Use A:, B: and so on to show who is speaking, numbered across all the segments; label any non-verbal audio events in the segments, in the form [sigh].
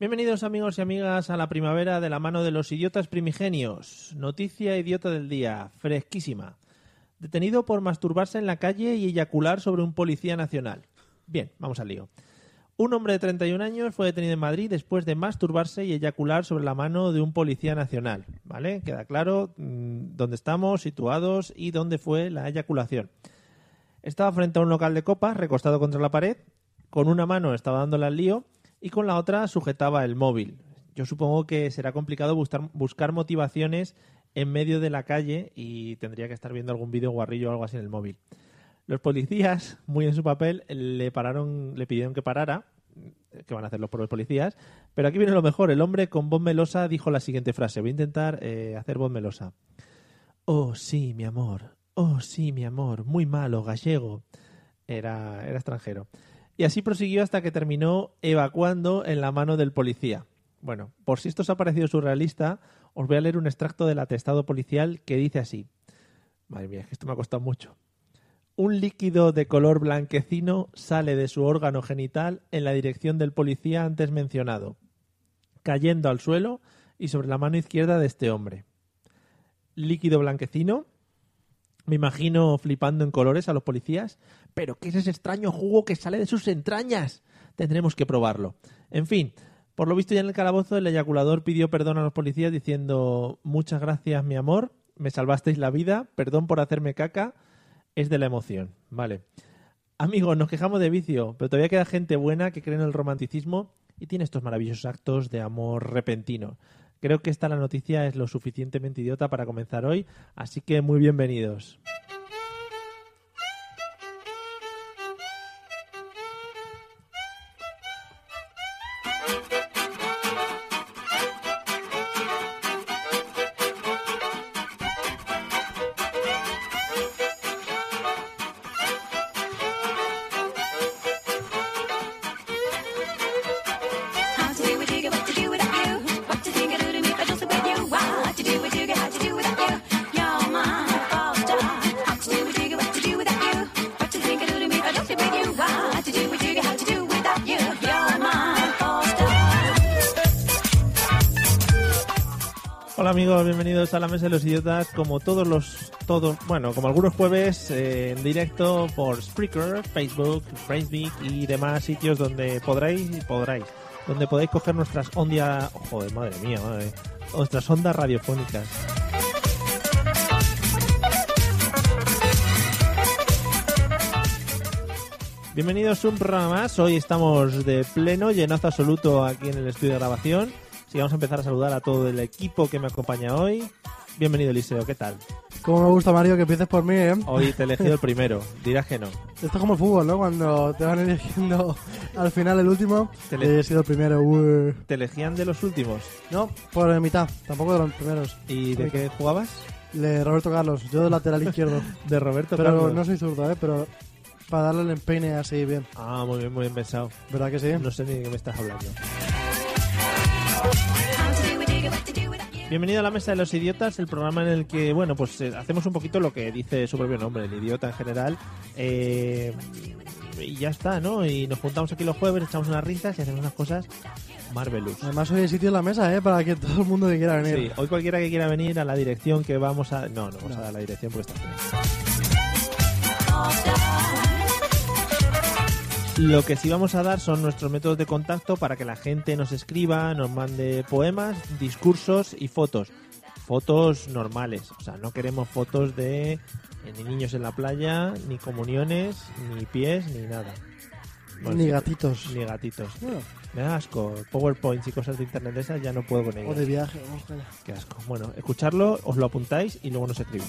A: Bienvenidos amigos y amigas a la primavera de la mano de los idiotas primigenios. Noticia idiota del día, fresquísima. Detenido por masturbarse en la calle y eyacular sobre un policía nacional. Bien, vamos al lío. Un hombre de 31 años fue detenido en Madrid después de masturbarse y eyacular sobre la mano de un policía nacional. ¿Vale? Queda claro mm, dónde estamos, situados y dónde fue la eyaculación. Estaba frente a un local de copas, recostado contra la pared. Con una mano estaba dándole al lío y con la otra sujetaba el móvil. Yo supongo que será complicado buscar, buscar motivaciones en medio de la calle y tendría que estar viendo algún vídeo guarrillo o algo así en el móvil. Los policías, muy en su papel, le pararon, le pidieron que parara, que van a hacer los propios policías, pero aquí viene lo mejor. El hombre con voz melosa dijo la siguiente frase. Voy a intentar eh, hacer voz melosa. Oh, sí, mi amor. Oh, sí, mi amor. Muy malo, gallego. Era, era extranjero. Y así prosiguió hasta que terminó evacuando en la mano del policía. Bueno, por si esto os ha parecido surrealista, os voy a leer un extracto del atestado policial que dice así. Madre mía, es que esto me ha costado mucho. Un líquido de color blanquecino sale de su órgano genital en la dirección del policía antes mencionado, cayendo al suelo y sobre la mano izquierda de este hombre. Líquido blanquecino, me imagino flipando en colores a los policías. ¿Pero qué es ese extraño jugo que sale de sus entrañas? Tendremos que probarlo. En fin, por lo visto ya en el calabozo el eyaculador pidió perdón a los policías diciendo muchas gracias mi amor, me salvasteis la vida, perdón por hacerme caca, es de la emoción. Vale. Amigos, nos quejamos de vicio, pero todavía queda gente buena que cree en el romanticismo y tiene estos maravillosos actos de amor repentino. Creo que esta la noticia es lo suficientemente idiota para comenzar hoy, así que muy bienvenidos.
B: How to do what you get, what to do without you. What you think I do to me, but just the way you are. How to do what you get, how to do without you. You're my fault. How to do what you get, what to do without you. What you think I do to me, but just the way you are. How to do what you get, how to do without you. You're my fault.
A: Hola amigos, bienvenidos a la Mesa de los Idiotas, como todos los, todos, bueno, como algunos jueves eh, en directo por Spreaker, Facebook, Facebook y demás sitios donde podréis y podráis, donde podéis coger nuestras ondas, joder, madre mía, madre, mía, nuestras ondas radiofónicas. Bienvenidos a un programa más. Hoy estamos de pleno, llenazo absoluto aquí en el estudio de grabación. Así que vamos a empezar a saludar a todo el equipo que me acompaña hoy. Bienvenido, Eliseo, ¿qué tal?
C: Como me gusta, Mario, que empieces por mí, ¿eh?
A: Hoy te he elegido el primero, dirás que no.
C: Esto es como el fútbol, ¿no? Cuando te van [laughs] eligiendo al final el último.
A: Te
C: Te
A: le-
C: he sido el primero. ué.
A: Te elegían de los últimos.
C: No, por la mitad, tampoco de los primeros.
A: ¿Y de qué jugabas?
C: Le Roberto Carlos, yo de lateral izquierdo.
A: De [laughs] Roberto
C: pero
A: Carlos.
C: no soy zurdo, ¿eh? Pero para darle el empeine así bien.
A: Ah, muy bien, muy bien pensado.
C: ¿Verdad que sí?
A: No sé ni de qué me estás hablando.
B: How to do what you get, what to do without you.
A: Bienvenido a la Mesa de los Idiotas, el programa en el que, bueno, pues eh, hacemos un poquito lo que dice su propio nombre, el idiota en general. Eh, y ya está, ¿no? Y nos juntamos aquí los jueves, echamos unas risas y hacemos unas cosas Marvelous.
C: Además, hoy hay sitio en la mesa, ¿eh? Para que todo el mundo que quiera
A: Sí,
C: venir.
A: hoy cualquiera que quiera venir a la dirección que vamos a... No, no vamos a dar la dirección porque está feo. Lo que sí vamos a dar son nuestros métodos de contacto para que la gente nos escriba, nos mande poemas, discursos y fotos. Fotos normales, o sea, no queremos fotos de eh, ni niños en la playa, ni comuniones, ni pies, ni nada. Bueno,
C: Ni
A: Pues sí,
C: gatitos.
A: Ni gatitos.
C: Bueno,
A: Me da asco. PowerPoints y cosas de internet de esas ya no puedo con ellas.
C: o de viaje. vamos para allá.
A: Qué asco. Bueno, escucharlo, os lo apuntáis y luego nos escribís.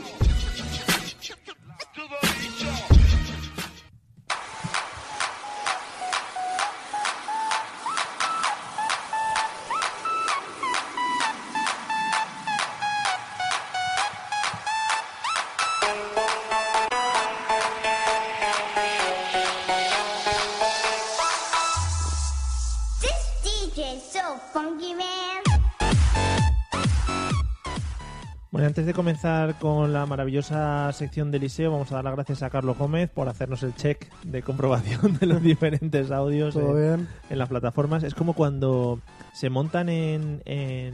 D: This DJ's so funky, man.
A: Bueno, antes de comenzar con la maravillosa sección de Liceo, vamos a dar las gracias a Carlos Gómez por hacernos el check de comprobación de los [laughs] diferentes audios
C: ¿Todo
A: en,
C: bien?
A: en las plataformas. Es como cuando se montan en, en,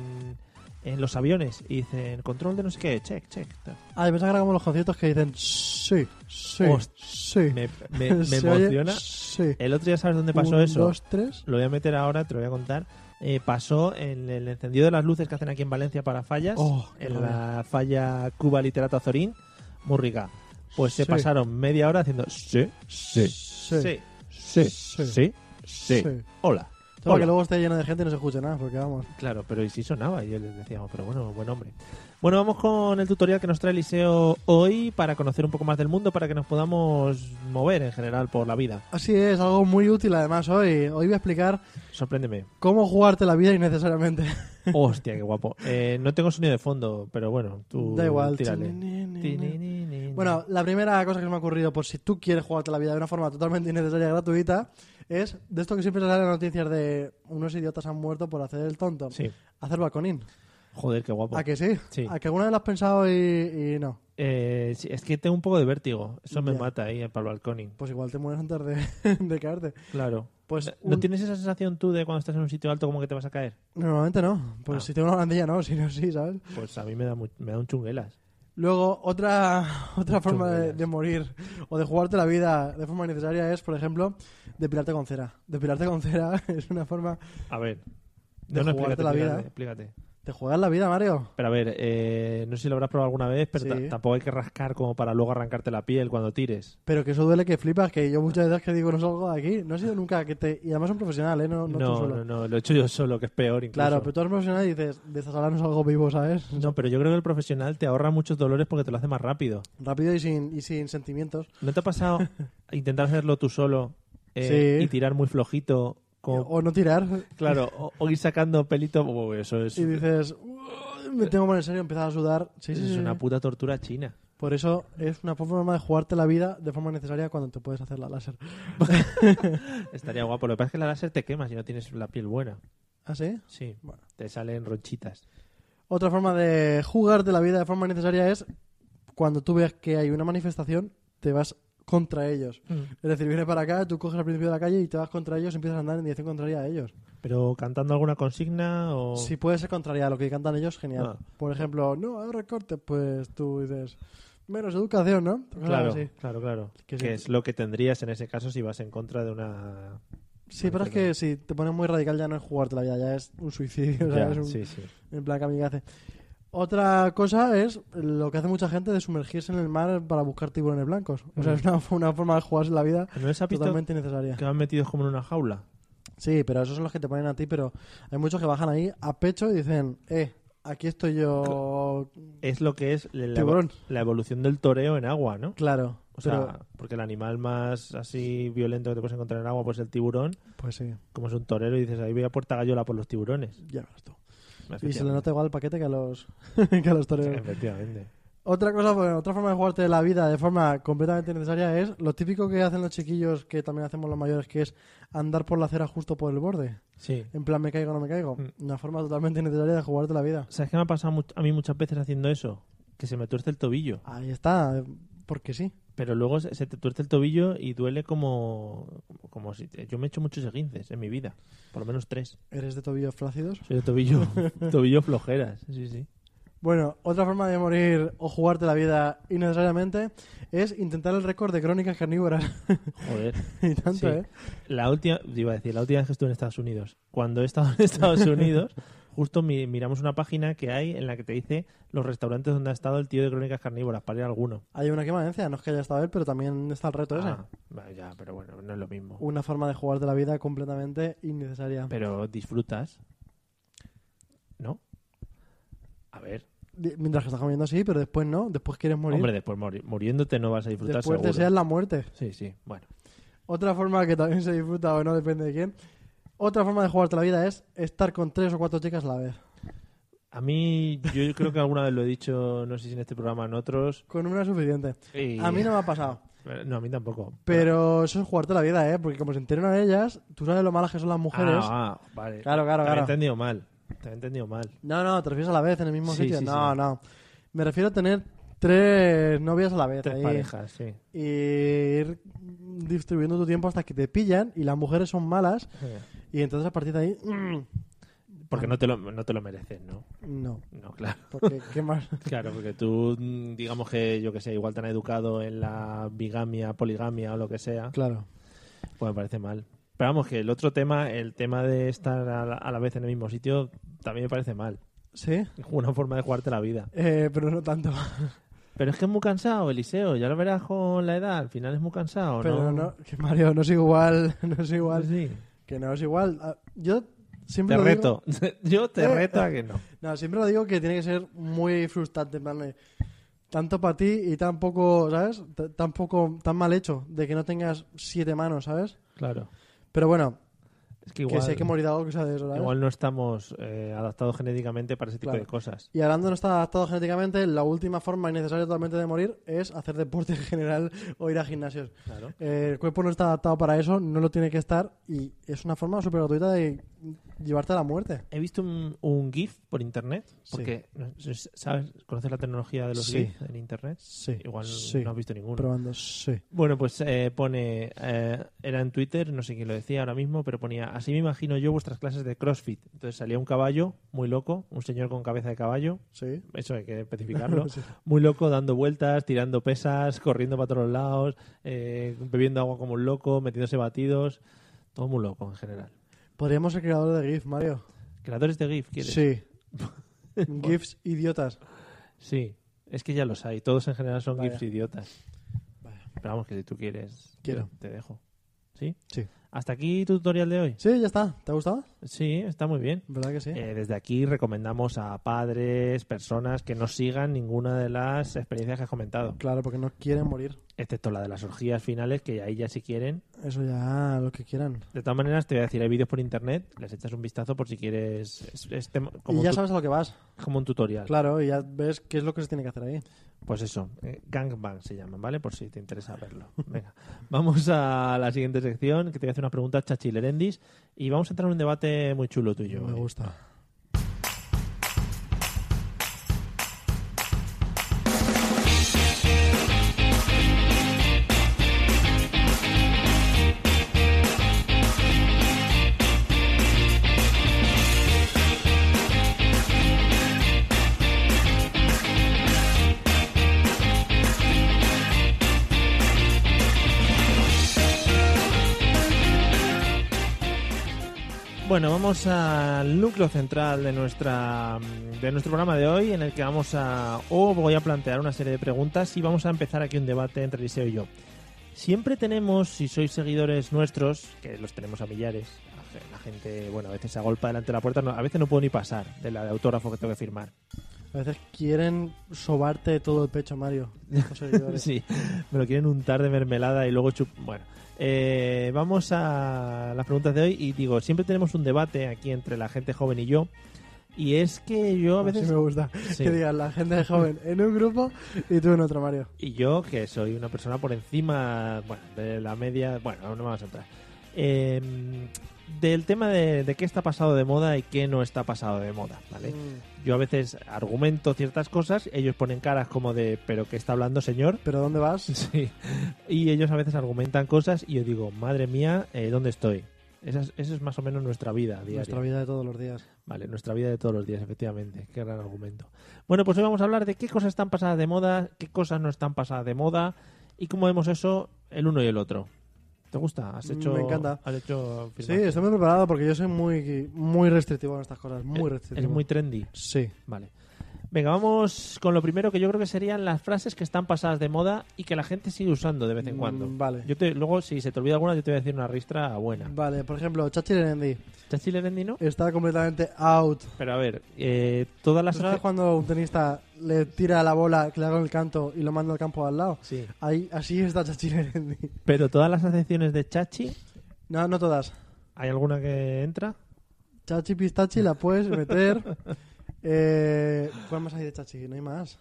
A: en los aviones y dicen control de no sé qué, check, check. tal.
C: Ah, y pensaba que era como los conciertos que dicen sí, sí,
A: Host-
C: sí.
A: Me,
C: [laughs]
A: me- me
C: ¿Se oye?
A: emociona.
C: Sí.
A: El otro día sabes dónde pasó
C: Un,
A: eso.
C: dos, tres.
A: Lo voy a meter ahora, te lo voy a contar. Eh, pasó en el encendido de las luces que hacen aquí en Valencia para fallas,
C: Oh, qué
A: en la falla Cuba Literato Azorín, muy rica. Pues se
C: Sí.
A: pasaron media hora haciendo sí, sí, sí, sí, sí, sí,
C: Sí.
A: sí.
C: Sí.
A: hola.
C: Solo
A: hola.
C: que luego esté lleno de gente y no se escuche nada, porque vamos.
A: Claro, pero y sí sonaba, y yo les decíamos, pero bueno, buen hombre. Bueno, vamos con el tutorial que nos trae Eliseo hoy para conocer un poco más del mundo, para que nos podamos mover en general por la vida.
C: Así es, algo muy útil además hoy. Hoy voy a explicar
A: Sorpréndeme.
C: cómo jugarte la vida innecesariamente. [laughs]
A: Hostia, qué guapo. Eh, no tengo sonido de fondo, pero bueno, tú
C: da igual.
A: tírale.
C: Tinini. Bueno, la primera cosa que se me ha ocurrido por si tú quieres jugarte la vida de una forma totalmente [laughs] innecesaria y gratuita es de esto que siempre sale en las noticias de unos idiotas han muerto por hacer el tonto.
A: Sí.
C: Hacer balconín.
A: Joder, qué guapo.
C: ¿A que sí?
A: Sí.
C: ¿A que alguna vez lo has pensado y, y no?
A: Eh, sí, es que tengo un poco de vértigo. Eso me
C: Ya.
A: mata ahí eh, en Palo Balconing.
C: Pues igual te mueres antes de, [laughs] de caerte.
A: Claro.
C: Pues
A: ¿No
C: un-
A: tienes esa sensación tú de cuando estás en un sitio alto como que te vas a caer?
C: Normalmente no. Pues
A: Ah.
C: si tengo una bandilla no, [laughs] si no sí, ¿sabes?
A: Pues a mí me da, mu- me da un chunguelas.
C: Luego, otra, [laughs] otra forma de,
A: Chunguelas.
C: de morir o de jugarte la vida de forma innecesaria es, por ejemplo, depilarte con cera. Depilarte con cera [laughs] es una forma...
A: A ver.
C: De
A: No, no,
C: jugarte
A: explícate,
C: la vida.
A: explícate, explícate.
C: ¿Te juegas la vida, Mario?
A: Pero a ver, eh, no sé si lo habrás probado alguna vez, pero
C: Sí.
A: ta- tampoco hay que rascar como para luego arrancarte la piel cuando tires.
C: Pero que eso duele que flipas, que yo muchas veces que digo no salgo de aquí, no ha sido nunca que te... Y además un profesional, ¿eh? No,
A: No,
C: no, tú
A: no,
C: solo.
A: no, lo he hecho yo solo, que es peor incluso.
C: Claro, pero tú eres profesional y dices, de esta sala no salgo vivo, ¿sabes?
A: No, pero yo creo que el profesional te ahorra muchos dolores porque te lo hace más rápido.
C: Rápido y sin, y sin sentimientos.
A: ¿No te ha pasado intentar hacerlo tú solo eh,
C: Sí.
A: y tirar muy flojito? como-
C: O no tirar.
A: [laughs] claro, o, o ir sacando pelito. Uy, eso es,
C: Y dices, "Uy, me tengo que poner en serio, empiezas a sudar. Sí,
A: eso
C: sí,
A: es
C: sí.
A: una puta tortura china.
C: Por eso es una forma de jugarte la vida de forma necesaria cuando te puedes hacer la láser.
A: Estaría guapo. Lo que pasa es que la láser te quema si no tienes la piel buena.
C: ¿Ah, sí?
A: Sí,
C: Bueno.
A: te salen ronchitas.
C: Otra forma de jugarte la vida de forma necesaria es cuando tú ves que hay una manifestación, te vas contra ellos.
A: Mm.
C: Es decir, viene para acá, tú coges al principio de la calle y te vas contra ellos, empiezas a andar en dirección contraria a ellos.
A: Pero cantando alguna consigna o...
C: Si puede ser contraria a lo que cantan ellos, genial.
A: Oh. Ah.
C: Por ejemplo, no, hay recortes, pues tú dices, menos educación, ¿no? Cosas
A: Claro,
C: así.
A: Ah, claro, claro.
C: Que
A: Que,
C: sí.
A: es lo que tendrías en ese caso si vas en contra de una...
C: Sí, pero es que si te pones muy radical ya no es jugarte la vida, ya es un suicidio, [laughs] o sea,
A: Ya,
C: es un-
A: sí, sí.
C: en plan kamikaze. Otra cosa es lo que hace mucha gente de sumergirse en el mar para buscar tiburones blancos. O sea, es una, una forma de jugarse la vida
A: Mm. ¿No les ha visto
C: totalmente necesaria.
A: que van metidos como en una jaula?
C: Sí, pero esos son los que te ponen a ti, pero hay muchos que bajan ahí a pecho y dicen, eh, aquí estoy yo...
A: Es lo que es la,
C: Tiburón.
A: la evolución del toreo en agua, ¿no?
C: Claro.
A: O sea,
C: pero-
A: porque el animal más así violento que te puedes encontrar en agua, pues el tiburón,
C: Pues sí,
A: como es un torero, y dices, ahí voy a puerta gallola por los tiburones.
C: ya verás tú. Y se le
A: Efectivamente.
C: nota igual el paquete que a los, [laughs] que a los toreros.
A: Efectivamente.
C: Otra cosa, bueno, otra forma de jugarte la vida de forma completamente necesaria es lo típico que hacen los chiquillos, que también hacemos los mayores, que es andar por la acera justo por el borde.
A: Sí.
C: En plan, me caigo o no me caigo.
A: Mm.
C: Una forma totalmente necesaria de jugarte la vida.
A: ¿Sabes qué me ha pasado mu- a mí muchas veces haciendo eso? Que se me tuerce el tobillo.
C: Ahí está, porque sí.
A: Pero luego se se te tuerce el tobillo y duele como... como si te- Yo me he hecho muchos esguinces en mi vida. Por lo menos tres.
C: ¿Eres de tobillos flácidos? [laughs]
A: Soy de tobillo, tobillo flojeras. Sí, sí.
C: Bueno, otra forma de morir o jugarte la vida innecesariamente es intentar el récord de crónicas carnívoras. [laughs]
A: Joder.
C: Y tanto, ¿eh?
A: La última, iba a decir, la última vez que estuve en Estados Unidos. Cuando he estado en [laughs] Estados Unidos, justo mi- miramos una página que hay en la que te dice los restaurantes donde ha estado el tío de Crónicas Carnívoras, para ir a alguno.
C: Hay una que en Valencia, no es que haya estado él, pero también está el reto ese.
A: Ah, va, ya, pero bueno, no es lo mismo.
C: Una forma de jugarte la vida completamente innecesaria.
A: Pero disfrutas. ¿No? A ver.
C: Di- Mientras que estás comiendo sí, pero después no, después quieres morir.
A: Hombre, después mori- muriéndote no vas a disfrutar
C: después
A: seguro.
C: deseas la muerte.
A: Sí, sí, bueno.
C: Otra forma que también se disfruta o no, depende de quién. Otra forma de jugarte la vida es estar con tres o cuatro chicas a la vez.
A: A mí, yo creo que alguna vez lo he dicho, no sé si en este programa o en otros.
C: [laughs] Con una es suficiente.
A: y-
C: A mí no me ha pasado.
A: No, a mí tampoco.
C: Pero eso es jugarte la vida, ¿eh? Porque como se enteren a ellas, tú sabes lo malas que son las mujeres.
A: Ah, ah, vale.
C: Claro, claro,
A: Te he
C: claro.
A: entendido mal. Te he entendido mal.
C: No, no, te refieres a la vez en el mismo
A: Sí,
C: sitio.
A: sí,
C: no,
A: sí.
C: no. Me refiero a tener tres novias a la vez.
A: Tres
C: ahí.
A: parejas, sí.
C: Y ir distribuyendo tu tiempo hasta que te pillan y las mujeres son malas. Y entonces a partir de ahí, mm,
A: Porque no te lo, no te lo mereces, ¿no?
C: no.
A: No, claro. [laughs]
C: Porque, ¿qué más?
A: Claro, porque tú, mm, digamos que, yo que sé, igual te han educado en la bigamia, poligamia o lo que sea,
C: Claro.
A: pues me parece mal. Pero vamos, que el otro tema, el tema de estar a la, a la vez en el mismo sitio, también me parece mal. [laughs]
C: Sí,
A: Una forma de jugarte la vida.
C: eh, pero no tanto. [laughs]
A: Pero es que es muy cansado, Eliseo, ya lo verás con la edad, al final es muy cansado, ¿no?
C: Pero no, que Mario, no es igual, [laughs] no es igual.
A: Sí.
C: Que no es igual. Ah, Yo siempre
A: Te
C: lo digo- [laughs]
A: reto, yo te
C: Eh,
A: reto a que no.
C: No, siempre lo digo que tiene que ser muy frustrante, en plan de, tanto para ti y tan poco, ¿sabes? T- tan poco, tan mal hecho de que no tengas siete manos, ¿sabes?
A: Claro.
C: Pero bueno,
A: Es que igual,
C: que sé que morir de algo que sea de eso, ¿sabes?
A: igual no estamos eh, adaptados genéticamente para ese tipo
C: Claro.
A: de cosas.
C: Y hablando no está adaptado genéticamente, la última forma innecesaria totalmente de morir es hacer deporte en general o ir a gimnasios.
A: Claro.
C: Eh, el cuerpo no está adaptado para eso, no lo tiene que estar y es una forma súper gratuita de llevarte a la muerte.
A: He visto un, un GIF por internet,
C: Sí.
A: porque no sé si ¿sabes? ¿Conoces la tecnología de los
C: Sí.
A: GIF en internet?
C: Sí.
A: Igual
C: sí.
A: no has visto ninguno.
C: Probando, sí.
A: Bueno, pues eh, pone, eh, era en Twitter, no sé quién lo decía ahora mismo, pero ponía, así me imagino yo vuestras clases de CrossFit. Entonces salía un caballo muy loco, un señor con cabeza de caballo,
C: Sí.
A: eso hay que
C: [laughs]
A: especificarlo, muy loco dando vueltas, tirando pesas, corriendo para todos lados, eh, bebiendo agua como un loco, metiéndose batidos, todo muy loco en general.
C: Podríamos ser creadores de GIF, Mario.
A: ¿Creadores de GIF quieres? [laughs]
C: Sí. GIFs idiotas.
A: Sí, es que ya los hay. Todos en general son
C: Vaya.
A: GIFs idiotas. Pero vamos, que si tú quieres,
C: Quiero.
A: yo te dejo. ¿Sí?
C: Sí.
A: Hasta aquí tu tutorial de hoy.
C: Sí, ya está. ¿Te ha gustado?
A: Sí, está muy bien.
C: ¿Verdad que sí?
A: Eh, desde aquí recomendamos a padres, personas que no sigan ninguna de las experiencias que has comentado,
C: Claro, porque no quieren morir.
A: excepto la de las orgías finales, que ahí ya si quieren.
C: Eso ya, lo que quieran.
A: De todas maneras, te voy a decir, hay vídeos por internet, les echas un vistazo por si quieres. es- es tema- como,
C: Y
A: un
C: ya
A: tu-
C: sabes a lo que vas.
A: como un tutorial.
C: Claro, y ya ves qué es lo que se tiene que hacer ahí.
A: Pues eso, eh, Gangbang se llaman, ¿vale? Por si te interesa verlo. [laughs] Venga, vamos a la siguiente sección, que te voy a hacer una pregunta chachilerendis y vamos a entrar en un debate muy chulo tuyo.
C: Me gusta.
A: Bueno, vamos al núcleo central de nuestra de nuestro programa de hoy, en el que vamos a o voy a plantear una serie de preguntas y vamos a empezar aquí un debate entre Eliseo y yo. Siempre tenemos, si sois seguidores nuestros, que los tenemos a millares, la ge- la gente, bueno, a veces se agolpa delante de la puerta, no- a veces no puedo ni pasar de la de autógrafo que tengo que firmar.
C: A veces quieren sobarte todo el pecho, Mario.
A: [laughs]
C: los seguidores.
A: Sí, me lo quieren untar de mermelada y luego chup... Bueno, eh, vamos a las preguntas de hoy y digo, siempre tenemos un debate aquí entre la gente joven y yo y es que yo a
C: Así
A: veces...
C: me gusta.
A: Sí.
C: Que digan la gente joven en un grupo y tú en otro, Mario.
A: Y yo, que soy una persona por encima bueno, de la media... Bueno, no vamos a entrar. Eh, del tema de, de qué está pasado de moda y qué no está pasado de moda, ¿vale?
C: Mm.
A: Yo a veces argumento ciertas cosas, ellos ponen caras como de, pero ¿qué está hablando señor?
C: ¿Pero dónde vas?
A: Sí. Y ellos a veces argumentan cosas y yo digo, madre mía, eh, ¿dónde estoy? Esa es, esa es más o menos nuestra vida diaria.
C: Nuestra vida de todos los días.
A: Vale, nuestra vida de todos los días, efectivamente. Qué gran argumento. Bueno, pues hoy vamos a hablar de qué cosas están pasadas de moda, qué cosas no están pasadas de moda y cómo vemos eso el uno y el otro. ¿Te gusta? Has
C: Mm, Me
A: hecho,
C: encanta.
A: Has hecho
C: Sí,
A: filmaje.
C: estoy muy preparado porque yo soy muy, muy restrictivo en estas cosas. Muy restrictivo.
A: Eh, Eres muy trendy.
C: Sí.
A: Vale. Venga, vamos con lo primero que yo creo que serían las frases que están pasadas de moda y que la gente sigue usando de vez en
C: Mm,
A: cuando.
C: vale.
A: Yo te, luego, si se te olvida alguna, yo te voy a decir una ristra buena.
C: Vale, por ejemplo, Chachi Lerendi
A: ¿Chachi Lerendi no?
C: está completamente out.
A: Pero a ver, eh, todas
C: ¿Tú
A: las... [laughs]
C: sabes cuando un tenista le tira la bola que le da con el canto y lo manda al campo al lado?
A: Sí.
C: Ahí, así está Chachi Lerendi.
A: Pero todas las acepciones de Chachi,
C: No, no todas.
A: ¿hay alguna que entra?
C: Chachi Pistachi la
A: [laughs]
C: puedes meter. Eh, ¿Cuál más hay de Chachi? No hay más.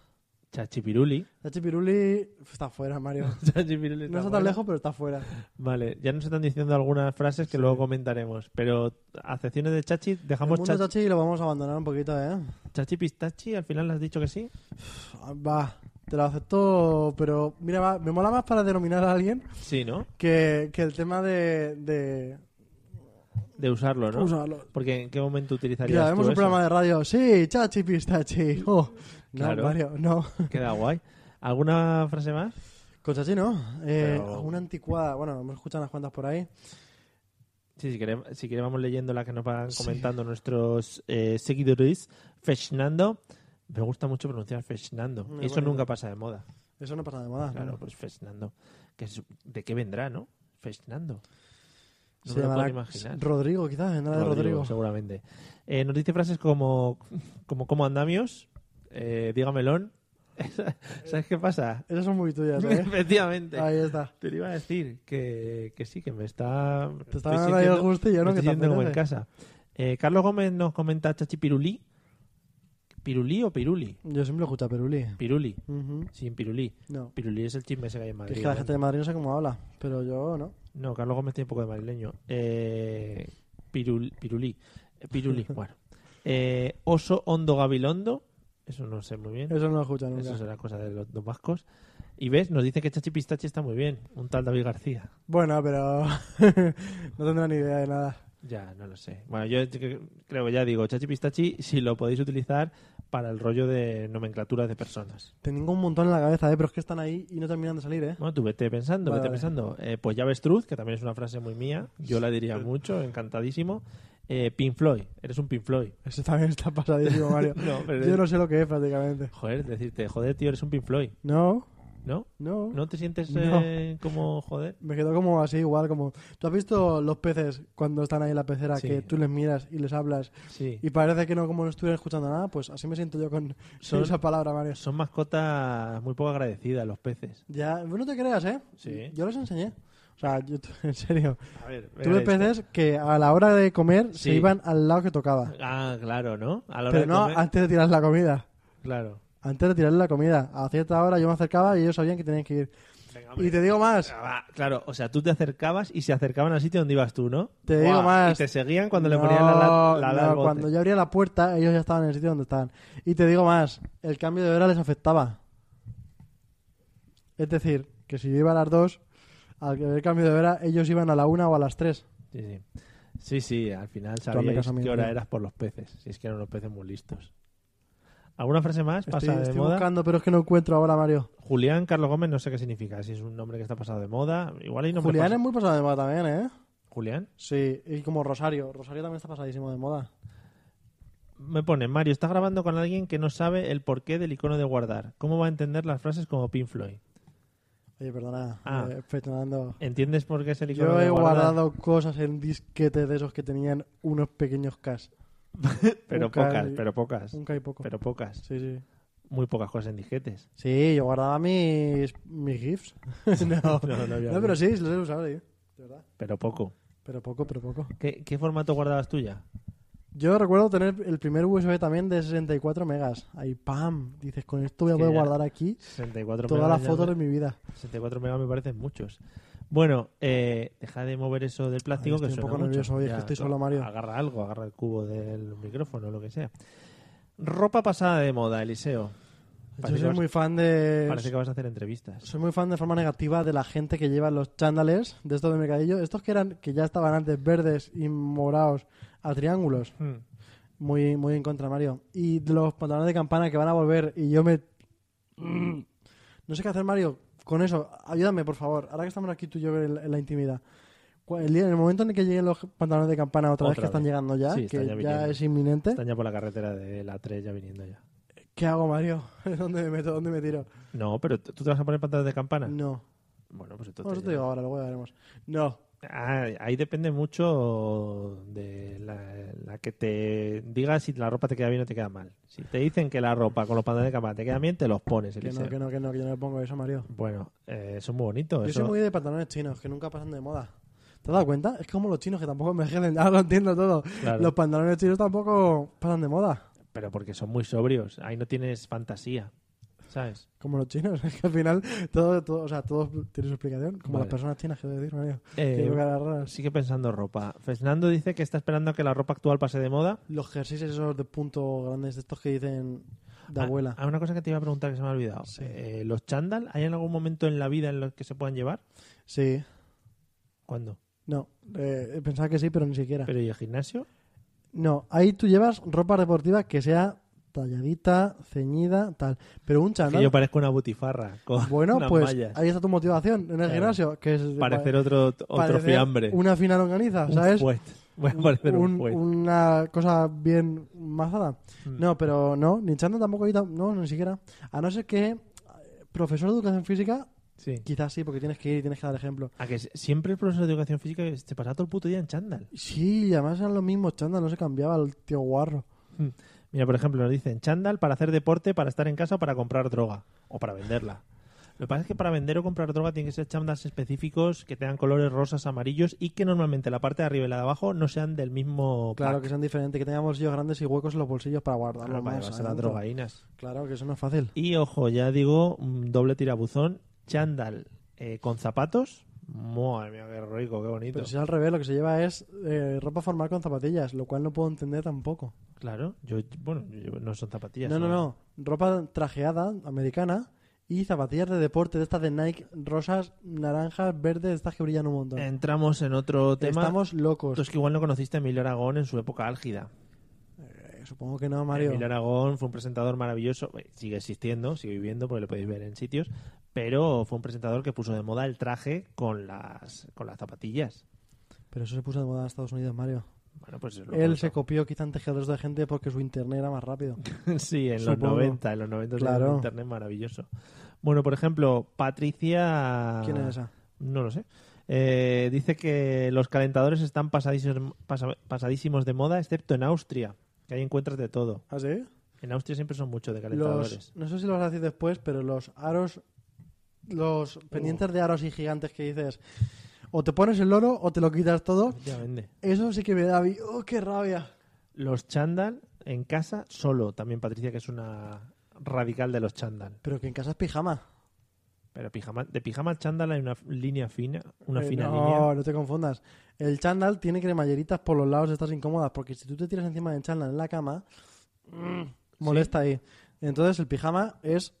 A: Chachi Piruli.
C: Chachi Piruli está fuera, Mario.
A: [laughs] Chachi Pues Piruli
C: No está tan
A: buena.
C: lejos, pero está fuera.
A: Vale, ya nos están diciendo algunas frases que luego comentaremos. Pero acepciones de Chachi,
C: El
A: dejamos
C: mundo
A: chachi,
C: Chachi lo vamos a abandonar un poquito, ¿eh?
A: chachi Pistachi, al final le has dicho que sí.
C: Va, te lo acepto, pero mira, va, me mola más para denominar a alguien
A: Sí, ¿no?
C: que, que el tema de... de...
A: De usarlo, ¿no?
C: Usarlo.
A: Porque en qué momento utilizarías
C: Mira,
A: tú
C: vemos un
A: eso?
C: programa de radio. Sí, chachi pistachi. Oh, no,
A: Claro.
C: Mario, no.
A: Queda guay. ¿Alguna frase más?
C: Con chachi no. Eh,
A: Pero-
C: Alguna anticuada. Bueno, hemos escuchado unas cuantas por ahí.
A: Sí, si queremos, si queremos vamos leyendo la que nos van comentando nuestros eh, seguidores. Fernando. Me gusta mucho pronunciar Fernando.
C: Muy
A: Eso
C: bonito.
A: nunca pasa de moda.
C: Eso no pasa de moda.
A: Claro,
C: ¿no?
A: pues Fernando. Que es- ¿De qué vendrá, no? Fernando. No
C: Se
A: me lo puedo
C: llamará
A: imaginar.
C: Rodrigo, quizás, vendrá de Rodrigo.
A: Seguramente. Eh, nos dice frases como, como, como andamios, eh, dígamelón. [laughs] ¿Sabes qué pasa?
C: Esas son
A: [laughs]
C: muy tuyas, ¿eh?
A: Efectivamente.
C: Ahí está.
A: Te lo iba a decir que, que sí, que me está.
C: Te está
A: estoy
C: dando ahí el
A: sintiendo-
C: gustillo, ¿no?
A: me
C: Que
A: estoy
C: te
A: sintiendo como en
C: apetece.
A: casa. Eh, Carlos Gómez nos comenta Chachi Pirulí. ¿Pirulí o Piruli?
C: Yo siempre lo escucho a Peruli.
A: Piruli.
C: Ujú.
A: Sin Pirulí.
C: No.
A: Pirulí es el chisme ese que hay en
C: Que
A: Madrid.
C: es que la
A: ¿no?
C: gente de Madrid no sé cómo habla, pero yo no.
A: No, Carlos Gómez tiene un poco de madrileño. Eh, pirul- pirulí. Eh,
C: [laughs]
A: Pirulí, bueno. Eh, oso hondo gabilondo. Eso no sé muy bien.
C: Eso no lo escucho nunca.
A: Eso será cosa de los, los vascos. Y ves, nos dice que Chachi Pistachi está muy bien. Un tal David García.
C: Bueno, pero [laughs] no tendrán ni idea de nada.
A: Ya, no lo sé. Bueno, yo cre- creo que ya digo, Chachi Pistachi, si lo podéis utilizar para el rollo de nomenclaturas de personas.
C: Tengo un montón en la cabeza, ¿eh? pero es que están ahí y no terminan de salir. ¿eh?
A: Bueno, tú vete pensando,
C: Vale,
A: vete
C: vale.
A: pensando. Eh, pues ya ves Truth, que también es una frase muy mía. Yo la diría mucho, encantadísimo. Eh, Pin Floyd, eres un Pin Floyd.
C: Eso también está pasadísimo, Mario.
A: [laughs] No, pero-
C: Yo no sé lo que es prácticamente.
A: Joder, decirte, joder, tío, eres un Pink Floyd,
C: No,
A: ¿no?
C: no.
A: ¿No te sientes
C: No.
A: eh, como, joder?
C: Me quedo como así, igual como... ¿Tú has visto los peces cuando están ahí en la pecera
A: Sí.
C: que tú les miras y les hablas
A: Sí.
C: y parece que no, como no estuvieran escuchando nada? Pues así me siento yo con [laughs]
A: Son-
C: esa palabra, Mario.
A: Son mascotas muy poco agradecidas, los peces.
C: Ya, bueno, no te creas, ¿eh?
A: Sí.
C: Yo les enseñé. O sea, yo, [laughs] en serio.
A: A ver,
C: Tuve peces que a la hora de comer se
A: Sí.
C: iban al lado que tocaba.
A: Ah, claro, ¿no? A la hora
C: Pero
A: de
C: no
A: comer,
C: antes de tirar la comida.
A: Claro.
C: Antes de tirarle la comida. A cierta hora yo me acercaba y ellos sabían que tenían que ir. y te digo más.
A: Ah, va, Claro, o sea, tú te acercabas y se acercaban al sitio donde ibas tú, ¿no?
C: Te digo
A: Guau,
C: más.
A: Y te seguían cuando le
C: No,
A: ponían la la, la, ala
C: no,
A: al bote.
C: cuando yo abría la puerta, ellos ya estaban en el sitio donde estaban. Y te digo más, el cambio de hora les afectaba. Es decir, que si yo iba a las dos, al haber cambio de hora, ellos iban a la una o a las tres.
A: Sí, sí. Sí, sí, al final
C: hazme
A: sabíais
C: caso a mí,
A: qué hora
C: tío.
A: eras por los peces. Si es que eran unos peces muy listos. ¿Alguna frase más
C: Estoy,
A: pasada de
C: estoy
A: moda?
C: buscando, pero es que no encuentro ahora, Mario.
A: Julián Carlos Gómez, no sé qué significa. Si es un nombre que está pasado de moda. Igual hay nombre.
C: Julián es muy pasado de moda también, ¿eh?
A: Julián.
C: Sí, y como Rosario. Rosario también está pasadísimo de moda.
A: Me pone, Mario, estás grabando con alguien que no sabe el porqué del icono de guardar. ¿Cómo va a entender las frases como Pink Floyd?
C: Oye, perdona,
A: Ah.
C: eh, Fernando.
A: ¿Entiendes por qué es el icono
C: Yo
A: de
C: he
A: guardar?
C: guardado cosas en disquetes de esos que tenían unos pequeños cas.
A: pero
C: un cal-
A: pocas, pero pocas.
C: Un y poco.
A: Pero pocas.
C: Sí, sí.
A: Muy pocas cosas en disquetes.
C: Sí, yo guardaba mis, mis GIFs. no, [laughs] no,
A: [laughs] no, no había
C: pero
A: GIFs.
C: sí, los he usado, sí. De verdad.
A: Pero poco.
C: Pero poco, pero poco.
A: ¿Qué, qué formato guardabas tú ya?
C: Yo recuerdo tener el primer USB también de 64 megas. Ahí, pam, dices, con esto voy a
A: Que
C: poder
A: ya-
C: guardar aquí
A: 64
C: todas
A: megas
C: las
A: ya ¿eh?
C: fotos
A: me-
C: de mi vida.
A: 64 megas me parecen muchos. Bueno, eh, deja de mover eso del plástico
C: Ay,
A: que
C: estoy un
A: suena
C: poco
A: mucho.
C: nervioso hoy, es que estoy
A: no,
C: solo, Mario.
A: Agarra algo, agarra el cubo del micrófono, lo que sea. Ropa pasada de moda, Eliseo. Parece
C: Yo
A: que
C: soy
A: vas-
C: muy fan de.
A: Parece que vas a hacer entrevistas.
C: Soy muy fan de forma negativa de la gente que lleva los chándales de estos de mercadillo. Estos que eran, que ya estaban antes verdes y morados a triángulos.
A: Hmm.
C: Muy, muy en contra, Mario. Y de los pantalones de campana que van a volver y yo me... [clears throat] Mm. No sé qué hacer, Mario. Con eso, ayúdame, por favor. Ahora que estamos aquí tú y yo en, la- en la intimidad. Cu- El, día, en el momento en el que lleguen los pantalones de campana otra, vez,
A: Otra
C: que están
A: vez.
C: llegando ya,
A: Sí, están
C: que
A: ya viniendo.
C: ya es inminente,
A: Están ya por la carretera de la 3 ya viniendo ya.
C: ¿qué hago, Mario? [laughs] ¿Dónde me meto? ¿Dónde me tiro?
A: No, pero t- tú te vas a poner pantalones de campana.
C: No.
A: Bueno, pues
C: Bueno,
A: entonces.
C: eso te digo ahora, luego ya veremos. No.
A: Ah, ahí depende mucho de la, la que te diga si la ropa te queda bien o te queda mal. Si te dicen que la ropa con los pantalones de campana te queda bien, te los pones.
C: Que
A: Eliseo.
C: no, que no, que no, que yo no me pongo eso, Mario.
A: Bueno, eh, eso es muy bonito.
C: Yo
A: eso-
C: soy muy de pantalones chinos, que nunca pasan de moda. ¿Te has dado cuenta? Es como los chinos que tampoco envejecen, [laughs] ahora lo entiendo todo.
A: Claro.
C: Los pantalones chinos tampoco pasan de moda,
A: Pero porque son muy sobrios. Ahí no tienes fantasía. ¿Sabes?
C: como los chinos. [laughs] Es que al final todo, todo, o sea, todo tiene su explicación, como
A: Vale.
C: las personas chinas, quiero decir, Mario.
A: Eh,
C: Tienen caras raras.
A: Sigue pensando ropa. Fernando dice que está esperando a que la ropa actual pase de moda.
C: Los jerseys esos de punto grandes, de estos que dicen de
A: Ah,
C: abuela.
A: ah, una cosa que te iba a preguntar que se me ha olvidado.
C: Sí.
A: Eh, ¿Los chándal hay en algún momento en la vida en los que se puedan llevar?
C: Sí,
A: ¿Cuándo?
C: no, eh, pensaba que sí, pero ni siquiera.
A: ¿Pero y el gimnasio?
C: No, ahí tú llevas ropa deportiva que sea talladita, ceñida, tal. Pero un
A: Que
C: chándal...
A: yo parezco una butifarra con
C: Bueno,
A: [laughs] unas
C: pues
A: mallas.
C: ahí está tu motivación en el
A: Claro.
C: gimnasio, que es eh,
A: Parecer otro, otro
C: parecer
A: fiambre.
C: Una fina longaniza,
A: Un
C: ¿sabes?
A: fuet. [laughs] Voy a parecer un,
C: Un-
A: fuet.
C: una cosa bien mazada.
A: Mm.
C: No, pero no, ni Chando tampoco hay tam- no, ni siquiera. A no ser que eh, profesor de educación física,
A: Sí.
C: quizás sí, porque tienes que ir y tienes que dar ejemplo.
A: A que siempre el profesor de educación física se pasaba todo el puto día en chándal.
C: Sí, y además eran los mismos chandas, no se cambiaba el tío guarro.
A: Mira, por ejemplo, nos dicen chándal para hacer deporte, para estar en casa o para comprar droga. O para venderla. Lo que pasa es que para vender o comprar droga tienen que ser chándals específicos que tengan colores rosas, amarillos y que normalmente la parte de arriba y la de abajo no sean del mismo
C: Claro,
A: pack.
C: que sean diferentes, que tengamos bolsillos grandes y huecos en los bolsillos para guardarlo.
A: Claro, para
C: más
A: llevarse las
C: adentro.
A: drogaínas.
C: Claro, que eso no es fácil.
A: Y ojo, ya digo, un doble tirabuzón, chándal eh, con zapatos. Madre mía, qué rico, qué bonito.
C: Pero si es al revés, lo que se lleva es eh, ropa formal con zapatillas, lo cual no puedo entender tampoco.
A: Claro, yo, bueno, yo llevo- no son zapatillas.
C: no, no, no. Ropa trajeada, americana, y zapatillas de deporte, de estas de Nike, rosas, naranjas, verdes, estas que brillan un montón.
A: Entramos en otro tema.
C: Estamos locos.
A: Tú es que igual no conociste a Emilio Aragón en su época álgida.
C: Eh, Supongo que no, Mario.
A: Emilio Aragón fue un presentador maravilloso, eh, sigue existiendo, sigue viviendo, porque lo podéis ver en sitios, pero fue un presentador que puso de moda el traje con las, con las zapatillas.
C: Pero eso se puso de moda en Estados Unidos, Mario.
A: Bueno, pues lo
C: Él
A: contó.
C: se copió quizá antes que el resto de gente porque su internet era más rápido. [laughs]
A: Sí, en
C: Supongo.
A: los 90, en los 90 tenía
C: Claro.
A: un internet maravilloso. Bueno, por ejemplo, Patricia...
C: ¿Quién es esa?
A: No lo sé. Eh, dice que los calentadores están pasadísimos, pasa- pasadísimos de moda, excepto en Austria, que ahí encuentras de todo.
C: ¿Ah, sí?
A: En Austria siempre son mucho de calentadores.
C: Los, no sé si lo vas a decir después, pero los aros, los pendientes de aros y gigantes que dices, o te pones el loro o te lo quitas todo,
A: Efectivamente.
C: eso sí que me da... vi- ¡Oh, qué rabia!
A: Los chándal en casa solo. También Patricia, que es una radical de los chándal.
C: Pero que en casa es pijama.
A: Pero pijama, de pijama al chándal hay una f- línea fina, una
C: Eh,
A: fina
C: no,
A: línea.
C: no te confundas. El chándal tiene cremalleritas por los lados, estas incómodas, porque si tú te tiras encima del chándal en la cama, mm, molesta ahí. Entonces el pijama es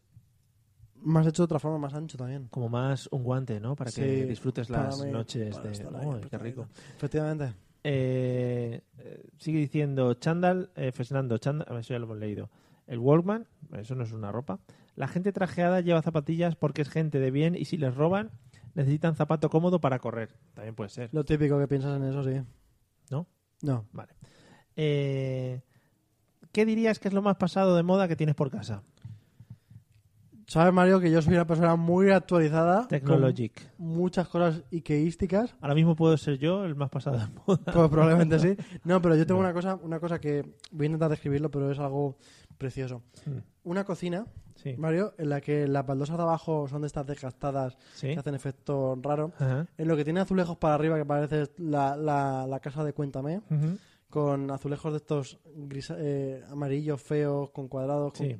C: más hecho de otra forma, más ancho también.
A: Como más un guante, ¿no? Para que
C: Sí,
A: disfrutes
C: para
A: las
C: mí,
A: noches
C: para
A: de...
C: estar ahí
A: Uy, qué
C: apretadito.
A: rico!
C: Efectivamente.
A: Eh, eh, sigue diciendo chándal, eh, Fernando, chándal, eso ya lo hemos leído. El Walkman, eso no es una ropa. La gente trajeada lleva zapatillas porque es gente de bien y si les roban necesitan zapato cómodo para correr. También puede ser,
C: Lo típico que piensas en eso, sí.
A: ¿no?
C: No.
A: Vale. Eh, ¿Qué dirías que es lo más pasado de moda que tienes por casa?
C: Sabes, Mario, que yo soy una persona muy actualizada. con
A: Technologic.
C: Muchas cosas ikeísticas.
A: Ahora mismo puedo ser yo el más pasado de moda.
C: [laughs]
A: [laughs]
C: Pues probablemente sí. No, pero yo tengo una cosa, una cosa que voy a intentar describirlo, pero es algo precioso.
A: Mm.
C: Una cocina,
A: Sí.
C: Mario, en la que las baldosas de abajo son de estas desgastadas
A: ¿Sí? Ah.
C: que hacen efecto raro.
A: Ajá.
C: En lo que tiene azulejos para arriba, que parece la, la- la casa de Cuéntame,
A: Ujú.
C: con azulejos de estos gris, eh, amarillos feos, con cuadrados, con
A: Sí.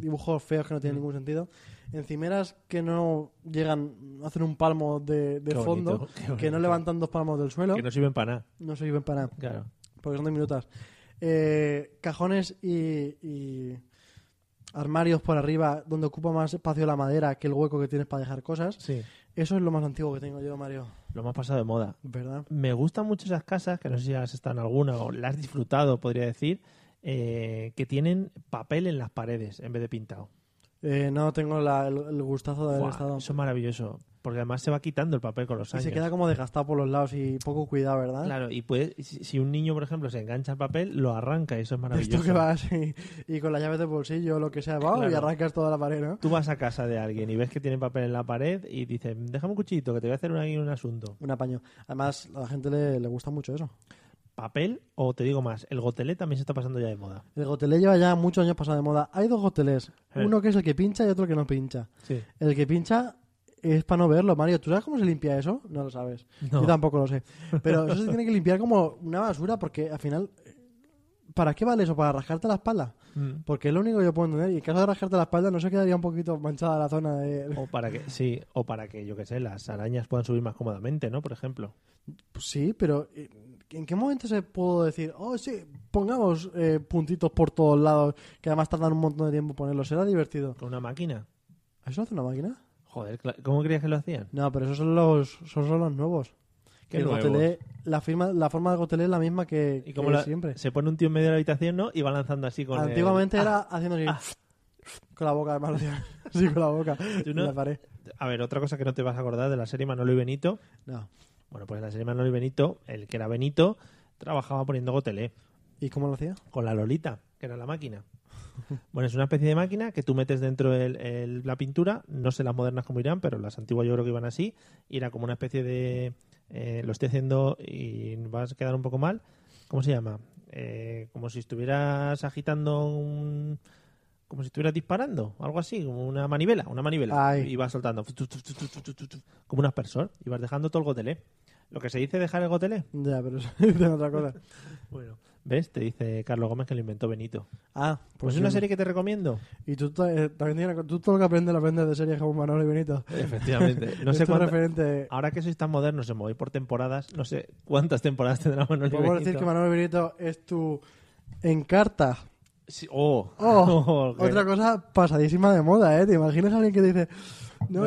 C: dibujos feos que no
A: Mm.
C: tienen ningún sentido. Encimeras que no llegan, hacen un palmo de, de
A: Qué bonito,
C: fondo,
A: qué bonito.
C: que no levantan dos palmos del suelo,
A: Que no sirven para nada.
C: no sirven para nada
A: Claro.
C: porque son de minutas. Eh, cajones y, y armarios por arriba donde ocupa más espacio la madera que el hueco que tienes para dejar cosas.
A: Sí.
C: Eso es lo más antiguo que tengo yo, Mario.
A: Lo más pasado de moda.
C: ¿Verdad?
A: Me gustan mucho esas casas, que no sé si has estado en alguna o las has disfrutado, podría decir, eh, que tienen papel en las paredes en vez de pintado.
C: Eh, no tengo la- el, el gustazo de haber
A: Buah,
C: estado.
A: Eso es maravilloso, porque además se va quitando el papel con los
C: Y
A: años.
C: se queda como desgastado por los lados y poco cuidado, ¿verdad?
A: Claro, y puede, si si un niño, por ejemplo, se engancha al papel, lo arranca y eso es
C: De
A: maravilloso.
C: esto que vas y, y con las llaves de bolsillo o lo que sea, va y
A: Claro.
C: arrancas toda la pared, ¿no?
A: Tú vas a casa de alguien y ves que tiene papel en la pared y dices, déjame un cuchillito que te voy a hacer un- ahí un asunto.
C: Un apaño. Además, a la gente le, le gusta mucho eso.
A: ¿Papel o te digo más? El gotelé también se está pasando ya de moda.
C: El gotelé lleva ya muchos años pasado de moda. Hay dos gotelés.
A: Eh.
C: Uno que es el que pincha y otro que no pincha.
A: Sí.
C: El que pincha es para no verlo, Mario. ¿Tú sabes cómo se limpia eso? No lo sabes.
A: No.
C: Yo tampoco lo sé. Pero eso se tiene que limpiar como una basura porque al final... ¿Para qué vale eso? ¿Para rascarte la espalda?
A: Mm.
C: Porque es lo único que yo puedo entender. Y en caso de rascarte la espalda, ¿no se quedaría un poquito manchada la zona de...?
A: O para que, sí, o para que, yo qué sé, las arañas puedan subir más cómodamente, ¿no? Por ejemplo.
C: Pues sí, pero eh, ¿en qué momento se pudo decir, oh, sí, pongamos eh, puntitos por todos lados, que además tardan un montón de tiempo en ponerlos? ¿Será divertido?
A: Con una máquina.
C: ¿Eso lo hace una máquina?
A: Joder, cla- ¿cómo creías que lo hacían?
C: No, pero esos son los, esos son los nuevos.
A: ¿Qué
C: el
A: nuevos?
C: gotelé- la, firma, la forma del gotelé es la misma que,
A: Y como
C: que
A: la-
C: siempre.
A: se Ah. pone un tío en medio de la habitación, ¿no? Y va lanzando así con el-
C: Antiguamente era haciendo así,
A: Ah.
C: con la boca, además lo hacía [laughs] así con la boca,
A: Yo
C: en
A: no-
C: la pared.
A: A ver, otra cosa que no te vas a acordar de la serie Manolo y Benito.
C: No.
A: Bueno, pues en la serie Manolo y Benito, el que era Benito, trabajaba poniendo gotelé
C: ¿Y cómo lo hacía?
A: con la Lolita, que era la máquina. [laughs] Bueno, es una especie de máquina que tú metes dentro el- el- la pintura, no sé las modernas como irán, pero las antiguas yo creo que iban así, y era como una especie de... eh, lo estoy haciendo y vas a quedar un poco mal. ¿Cómo se llama? Eh, como si estuvieras agitando un... Como si estuvieras disparando, algo así, como una manivela, una manivela.
C: Ay.
A: Y vas soltando, tu, tu, tu, tu, tu, tu, tu, tu, como un aspersor, y vas dejando todo el gotelé. Lo que se dice dejar el gotelé.
C: Ya, pero eso [laughs] es otra cosa.
A: Bueno, ¿ves? Te dice Carlos Gómez que lo inventó Benito.
C: Ah,
A: Pues es
C: sí.
A: una serie que te recomiendo.
C: Y tú ta- eh, también tienes una co- tú todo lo que aprendes lo aprendes de series como Manolo y Benito.
A: [laughs] Eh,
C: [laughs]
A: Efectivamente. No
C: Es
A: sé
C: tu
A: cuánta-
C: referente.
A: Ahora que sois tan modernos, se movéis por temporadas. No sé cuántas temporadas tendrá Manolo y
C: Podemos
A: Benito.
C: Pues decir que Manolo y Benito es tu encarta.
A: Sí, Oh,
C: Oh,
A: [laughs] Oh, qué-
C: otra cosa pasadísima de moda, ¿eh? ¿Te imaginas a alguien que dice, no,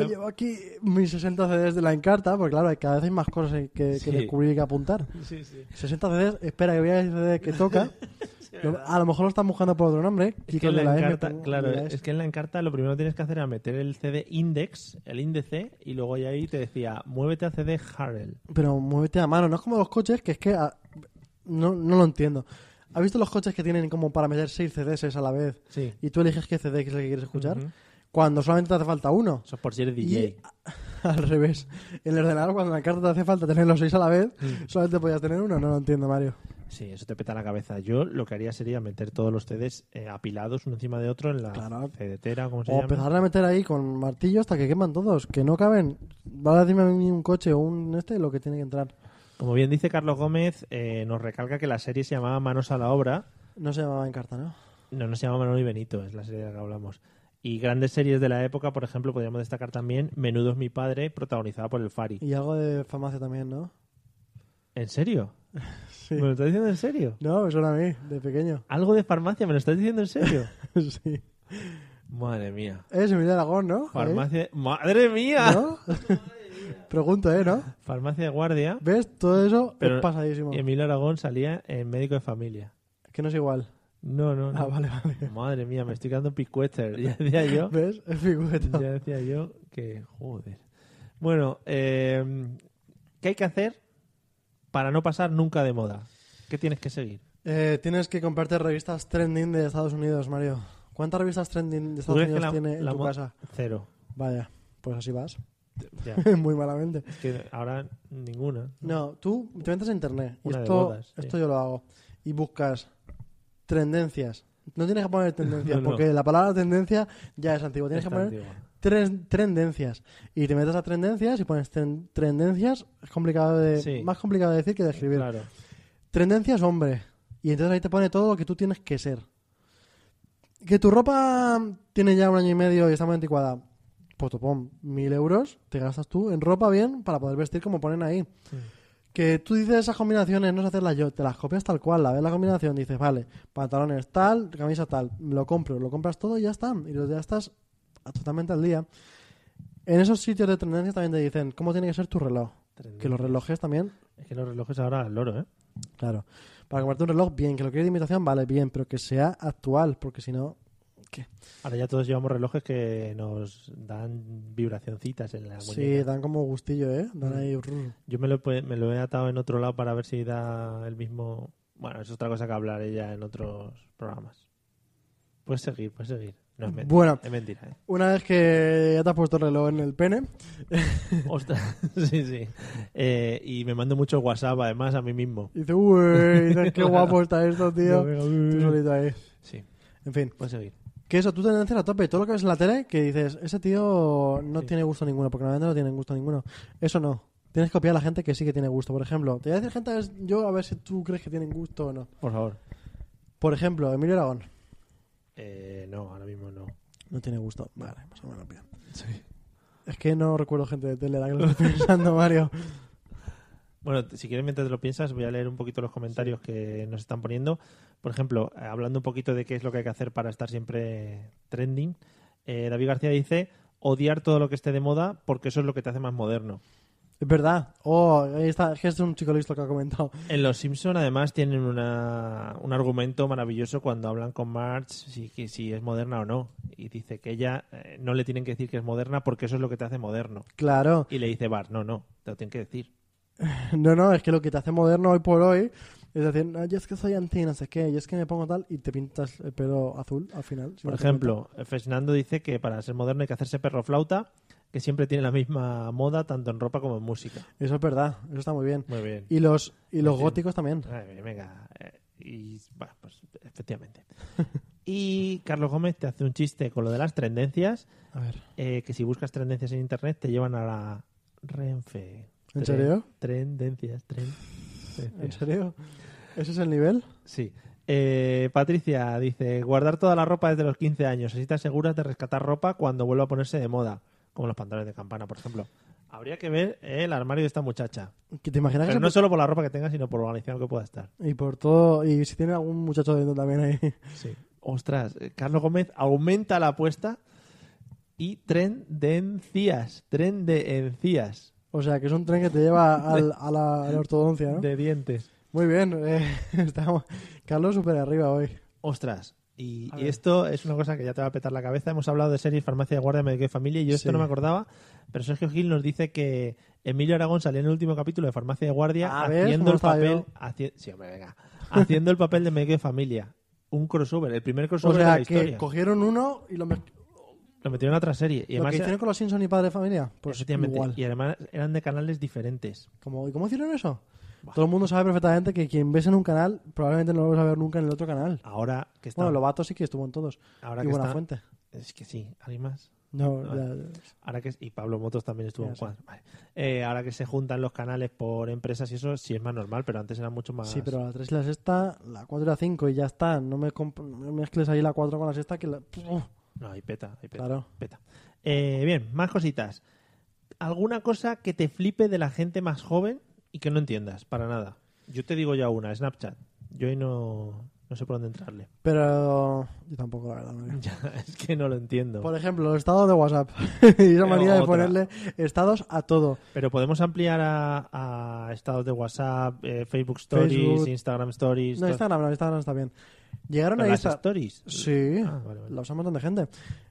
A: No.
C: llevo aquí mis 60 CDs de la encarta? Porque claro, cada vez hay más cosas que, que
A: Sí.
C: descubrir y que apuntar.
A: Sí, sí.
C: 60 CDs, espera que voy a el CD que toca.
A: [laughs]
C: Lo- a lo mejor lo están buscando por otro nombre.
A: Es que
C: Quito
A: en
C: el de
A: la
C: la M,
A: encarta,
C: pongo
A: claro,
C: el de la S.
A: es que en la encarta lo primero que tienes que hacer era meter el CD index, el índice, y luego ya ahí te decía, muévete a CD Harrell.
C: Pero muévete a mano, no es como los coches, que es que ah, no, no lo entiendo. ¿Has visto los coches que tienen como para meter seis CDs a la vez?
A: Sí.
C: Y tú eliges qué CD es el que quieres escuchar, cuando solamente te hace falta uno. [laughs]
A: Eso es por si eres DJ.
C: Y eh, al revés. En el ordenador, cuando en la carta te hace falta tener los seis a la vez, solamente podías tener uno. No lo entiendo, Mario.
A: Sí, eso te peta la cabeza. Yo lo que haría sería meter todos los CDs eh, apilados uno encima de otro en la
C: Claro.
A: cedetera, como se
C: O
A: llama.
C: empezar a meter ahí con martillo hasta que queman todos, que no caben. Va a decirme a mí un coche o un este lo que tiene que entrar.
A: Como bien dice Carlos Gómez, eh, nos recalca que la serie se llamaba Manos a la obra.
C: No se llamaba en carta, ¿no?
A: No, no se llama Manolo y Benito, es la serie de la que hablamos. Y grandes series de la época, por ejemplo, podríamos destacar también Menudo es mi padre, protagonizada por el Fari.
C: Y algo de farmacia también, ¿no?
A: ¿En serio?
C: [laughs] Sí.
A: ¿Me lo estás diciendo en serio?
C: No, eso era a mí, de pequeño. [laughs]
A: ¿Algo de farmacia? ¿Me lo estás diciendo en serio?
C: sí.
A: Madre mía.
C: Es Emilio Aragón, ¿no?
A: Farmacia... ¡Madre mía!
C: Ahí, ¿No? [laughs] Pregunto, ¿eh? ¿No?
A: Farmacia de guardia.
C: ¿Ves? Todo eso
A: Pero-
C: es pasadísimo.
A: Y Emilio Aragón salía en médico de familia.
C: Que no es igual.
A: No, no, no.
C: Ah, vale, vale.
A: Madre mía, me estoy quedando picueter. [laughs] Ya decía yo...
C: [laughs] ¿Ves? Es figureta.
A: Ya decía yo que, joder. Bueno, eh, ¿qué hay que hacer para no pasar nunca de moda? ¿Qué tienes que seguir?
C: Eh, tienes que comprarte revistas trending de Estados Unidos, Mario. ¿Cuántas revistas trending de
A: ¿Tú
C: Estados
A: crees que
C: Unidos
A: la-
C: tiene en
A: la
C: tu
A: mo-
C: casa?
A: Cero.
C: Vaya, pues así vas. [laughs]
A: Ya,
C: Muy malamente.
A: es que ahora ninguna.
C: No, tú te metes en internet. Y
A: Una de
C: esto,
A: bodas, sí.
C: esto yo lo hago. Y buscas tendencias. No tienes
A: [laughs]
C: que poner tendencias,
A: No, no.
C: porque la palabra tendencia ya es antigua. Tienes
A: Está
C: que poner
A: antigua.
C: tres tendencias. Y te metes a tendencias y pones tren- tendencias. Es complicado de,
A: Sí.
C: más complicado de decir que de escribir.
A: Claro.
C: Tendencias hombre. Y entonces ahí te pone todo lo que tú tienes que ser. Que tu ropa tiene ya un año y medio y está muy anticuada. Pues tú pon mil euros, te gastas tú en ropa bien para poder vestir como ponen ahí. Que tú dices esas combinaciones, no sé hacerlas yo, te las copias tal cual, la ves la combinación, dices, vale, pantalones tal, camisa tal, me lo compro, lo compras todo y ya está. Y ya estás totalmente al día. En esos sitios de tendencias también te dicen cómo tiene que ser tu reloj. Que los relojes también
A: Es que los relojes ahora al loro, ¿eh?
C: Claro. Para comprarte un reloj, bien. Que lo quieres de imitación, vale, bien. Pero que sea actual, porque si no... ¿Qué?
A: Ahora ya todos llevamos relojes que nos dan vibracioncitas en la
C: Sí,
A: muñeca.
C: dan como gustillo, ¿eh?
A: Mm.
C: Dan ahí... rrr.
A: Yo me lo, he pu- me lo he atado en otro lado para ver si da el mismo... Bueno, es otra cosa que hablaré ya en otros programas. Puedes seguir, puedes seguir. No, es mentira.
C: Bueno.
A: Es mentira, ¿eh?
C: Una vez que ya te has puesto el reloj en el pene,
A: Ostras, [laughs] sí, sí. Eh, y me mando mucho WhatsApp, además, a mí mismo.
C: dices, uy, dices,
A: [laughs]
C: qué guapo está esto, tío.
A: Yo
C: Tú
A: veo-
C: solito ahí.
A: Sí,
C: En fin,
A: puedes seguir.
C: que eso, tú tendencias a tope. Todo lo que ves en la tele, que dices, ese tío no
A: Sí.
C: tiene gusto ninguno, porque normalmente no tienen gusto ninguno. Eso no. Tienes que copiar a la gente que sí que tiene gusto. Por ejemplo, te voy a decir gente, a ver- yo a ver si tú crees que tienen gusto o no.
A: Por favor.
C: Por ejemplo, Emilio Aragón.
A: Eh, no, ahora mismo no.
C: No tiene gusto. Vale, pues más o menos bien. Es que no recuerdo gente de tele, la que lo estoy pensando, [laughs] Mario.
A: Bueno, t- si quieres, mientras te lo piensas, voy a leer un poquito los comentarios que nos están poniendo. Por ejemplo, eh, hablando un poquito de qué es lo que hay que hacer para estar siempre trending, eh, David García dice odiar todo lo que esté de moda porque eso es lo que te hace más moderno.
C: Es verdad. Oh, ahí está. Es que es un chico listo que ha comentado.
A: En Los Simpson además tienen una- un argumento maravilloso cuando hablan con Marge si, que si es moderna o no. Y dice que ella eh, no le tienen que decir que es moderna porque eso es lo que te hace moderno.
C: Claro.
A: Y le dice Bart, no, no, te lo tienen que decir.
C: No, no, es que lo que te hace moderno hoy por hoy es decir, "No, yo es que soy anti, no sé qué, yo es que me pongo tal y te pintas el pelo azul al final. si
A: Por
C: no te
A: ejemplo, eh, Fernando dice que para ser moderno hay que hacerse perro flauta, que siempre tiene la misma moda tanto en ropa como en música.
C: cuentas. Eso es verdad. Eso está muy bien.
A: Muy bien.
C: Y los, y los
A: Sí.
C: góticos también.
A: Ay, venga, eh, y bueno, pues [laughs] efectivamente. Y Carlos Gómez te hace un chiste con lo de las tendencias.
C: A ver.
A: eh, que si buscas tendencias en internet te llevan a la Renfe.
C: ¿En
A: Tren-
C: serio?
A: Tendencias, [laughs] tren.
C: ¿En serio? ¿Ese es el nivel?
A: Sí. Eh, Patricia dice, guardar toda la ropa desde los 15 años, así te aseguras de rescatar ropa cuando vuelva a ponerse de moda, como los pantalones de campana, por ejemplo. Habría que ver eh, el armario de esta muchacha.
C: ¿Que ¿Te imaginas que
A: Pero
C: se
A: no solo por la ropa que tenga, sino por lo organizado que pueda estar.
C: Y por todo. Y si tiene algún muchacho dentro también ahí.
A: Sí. Ostras, eh, Carlos Gómez aumenta la apuesta y tren de encías, tren de encías,
C: O sea, que es un tren que te
A: [laughs]
C: lleva al- a, la, a la ortodoncia, ¿no?
A: de dientes.
C: Muy bien, eh, [laughs] estamos... Carlos súper arriba hoy.
A: Ostras. Y, y esto es una cosa que ya te va a petar la cabeza. Hemos hablado de series Farmacia de Guardia, Médico y Familia, y yo esto
C: Sí.
A: no me acordaba. Pero Sergio Gil nos dice que Emilio Aragón salió en el último capítulo de Farmacia de Guardia
C: Ah, ¿ves?
A: haciendo
C: No
A: el
C: estaba
A: papel.
C: yo.
A: haci- sí, hombre, venga. haciendo el papel de Médico y Familia. Un crossover, el primer
C: O
A: crossover de la
C: sea, que
A: historia.
C: cogieron uno y lo, mez-
A: Lo metieron en otra serie. Y
C: lo
A: además,
C: que hicieron con los Simpson y Padre de Familia. Pues
A: efectivamente,
C: igual.
A: y además eran de canales diferentes.
C: ¿Cómo, ¿Y cómo hicieron eso? Todo el mundo sabe perfectamente que quien ves en un canal probablemente no lo vas a ver nunca en el otro canal.
A: Ahora que está.
C: Bueno, Lobato sí que estuvo en todos.
A: ahora
C: y
A: que
C: Buena
A: está-
C: Fuente.
A: Es que sí, ¿alguien más?
C: No,
A: Ah.
C: ya- ya-
A: Ahora que y Pablo Motos también estuvo
C: Ya
A: en
C: sé.
A: Cuadro. Vale. Eh, ahora que se juntan los canales por empresas y eso sí es más normal, pero antes era mucho más.
C: Sí, pero la 3 y la sexta, la 4 y la 5 y ya está. No me, comp- no me mezcles ahí la 4 con la sexta que la...
A: No, ahí peta, ahí peta.
C: Claro.
A: peta. Eh, bien, más cositas. ¿Alguna cosa que te flipe de la gente más joven y que no entiendas para nada? Yo te digo ya una, Snapchat. Yo ahí no, no sé por dónde entrarle. [laughs]
C: Pero yo tampoco, la verdad. Mario.
A: Ya, es que no lo entiendo.
C: Por ejemplo, los estados de WhatsApp. [laughs] y esa
A: Eh,
C: manía de
A: otra.
C: ponerle estados a todo.
A: Pero podemos ampliar a, a estados de WhatsApp, eh, Facebook Stories,
C: Facebook.
A: Instagram Stories.
C: No,
A: todo-
C: Instagram, no, Instagram está bien. Llegaron
A: Pero
C: a
A: las
C: Instagram.
A: Stories.
C: Sí,
A: Ah, vale, vale.
C: la usa un montón de gente.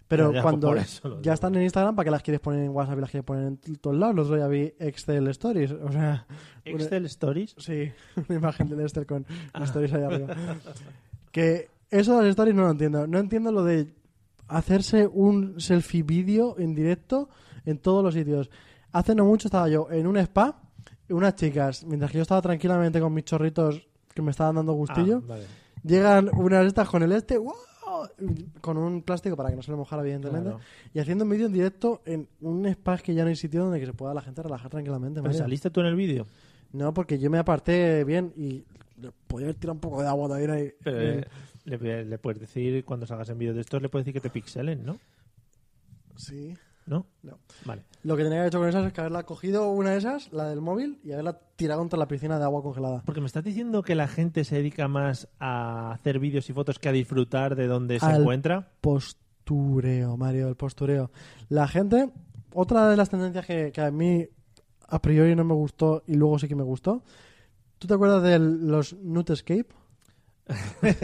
C: Pero
A: Ya, ya,
C: cuando
A: por eso lo digo.
C: ya están en Instagram, ¿para qué las quieres poner en WhatsApp y las quieres poner en t- todos lados? Los otro día vi Excel Stories. O sea, una-
A: Excel Stories.
C: sí, [laughs] una imagen del Excel con
A: Ah.
C: Stories ahí arriba. que eso de las Stories no lo entiendo. No entiendo lo de hacerse un selfie vídeo en directo en todos los sitios. Hace no mucho estaba yo en un spa, unas chicas, mientras que yo estaba tranquilamente con mis chorritos que me estaban dando gustillo.
A: Ah, vale.
C: Llegan unas de estas con el este, ¡guau! con un plástico para que no se le mojara, evidentemente,
A: Claro.
C: y haciendo un vídeo en directo en un spa que ya no hay sitio donde que se pueda la gente relajar tranquilamente.
A: Pero
C: Mario.
A: saliste tú en el vídeo.
C: No, porque yo me aparté bien y le podía haber tirado un poco de agua también ahí.
A: Pero,
C: Eh,
A: eh, le, le puedes decir, cuando salgas en vídeo de estos, le puedes decir que te pixelen, ¿no?
C: sí.
A: ¿No?
C: No.
A: Vale.
C: Lo que tenía que haber hecho con esas es que haberla cogido una de esas, la del móvil, y haberla tirado contra la piscina de agua congelada.
A: Porque me estás diciendo que la gente se dedica más a hacer vídeos y fotos que a disfrutar de donde se
C: Al-
A: encuentra. [laughs]
C: Postureo, Mario, el postureo. La gente, otra de las tendencias que, que a mí a priori no me gustó y luego sí que me gustó. ¿Tú te acuerdas de los Nutescape?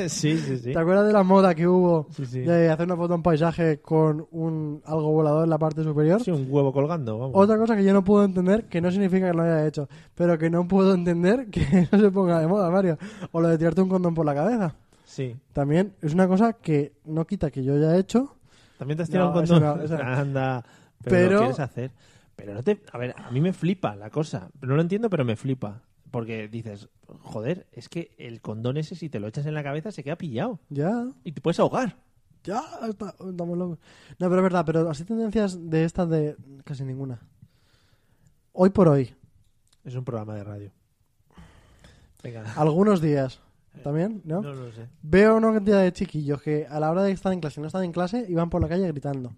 A: sí, sí, sí.
C: ¿Te acuerdas de la moda que hubo
A: Sí, sí.
C: de hacer una foto a un paisaje con un algo volador en la parte superior?
A: Sí, un huevo colgando, vamos.
C: Otra cosa que yo no puedo entender, que no significa que lo haya hecho, pero que no puedo entender [laughs] que no se ponga de moda, Mario. O lo de tirarte un condón por la cabeza.
A: Sí.
C: También es una cosa que no quita que yo haya hecho.
A: También te has tirado
C: No,
A: un
C: eso
A: condón.
C: no, eso no.
A: Anda, pero,
C: Pero-
A: lo quieres hacer. Pero no te. A ver, a mí me flipa la cosa. No lo entiendo, pero me flipa. Porque dices, joder, es que el condón ese, si te lo echas en la cabeza, se queda pillado.
C: Ya,
A: Y te puedes ahogar.
C: ya, está- estamos locos. No, pero es verdad, pero así tendencias de estas de casi ninguna. Hoy por hoy,
A: Es un programa de radio. Venga.
C: algunos días. ¿También?
A: No, ¿Eh?
C: ¿No?
A: Ah, no lo sé.
C: Veo una cantidad de chiquillos que a la hora de estar en clase, y no estar en clase, iban por la calle gritando.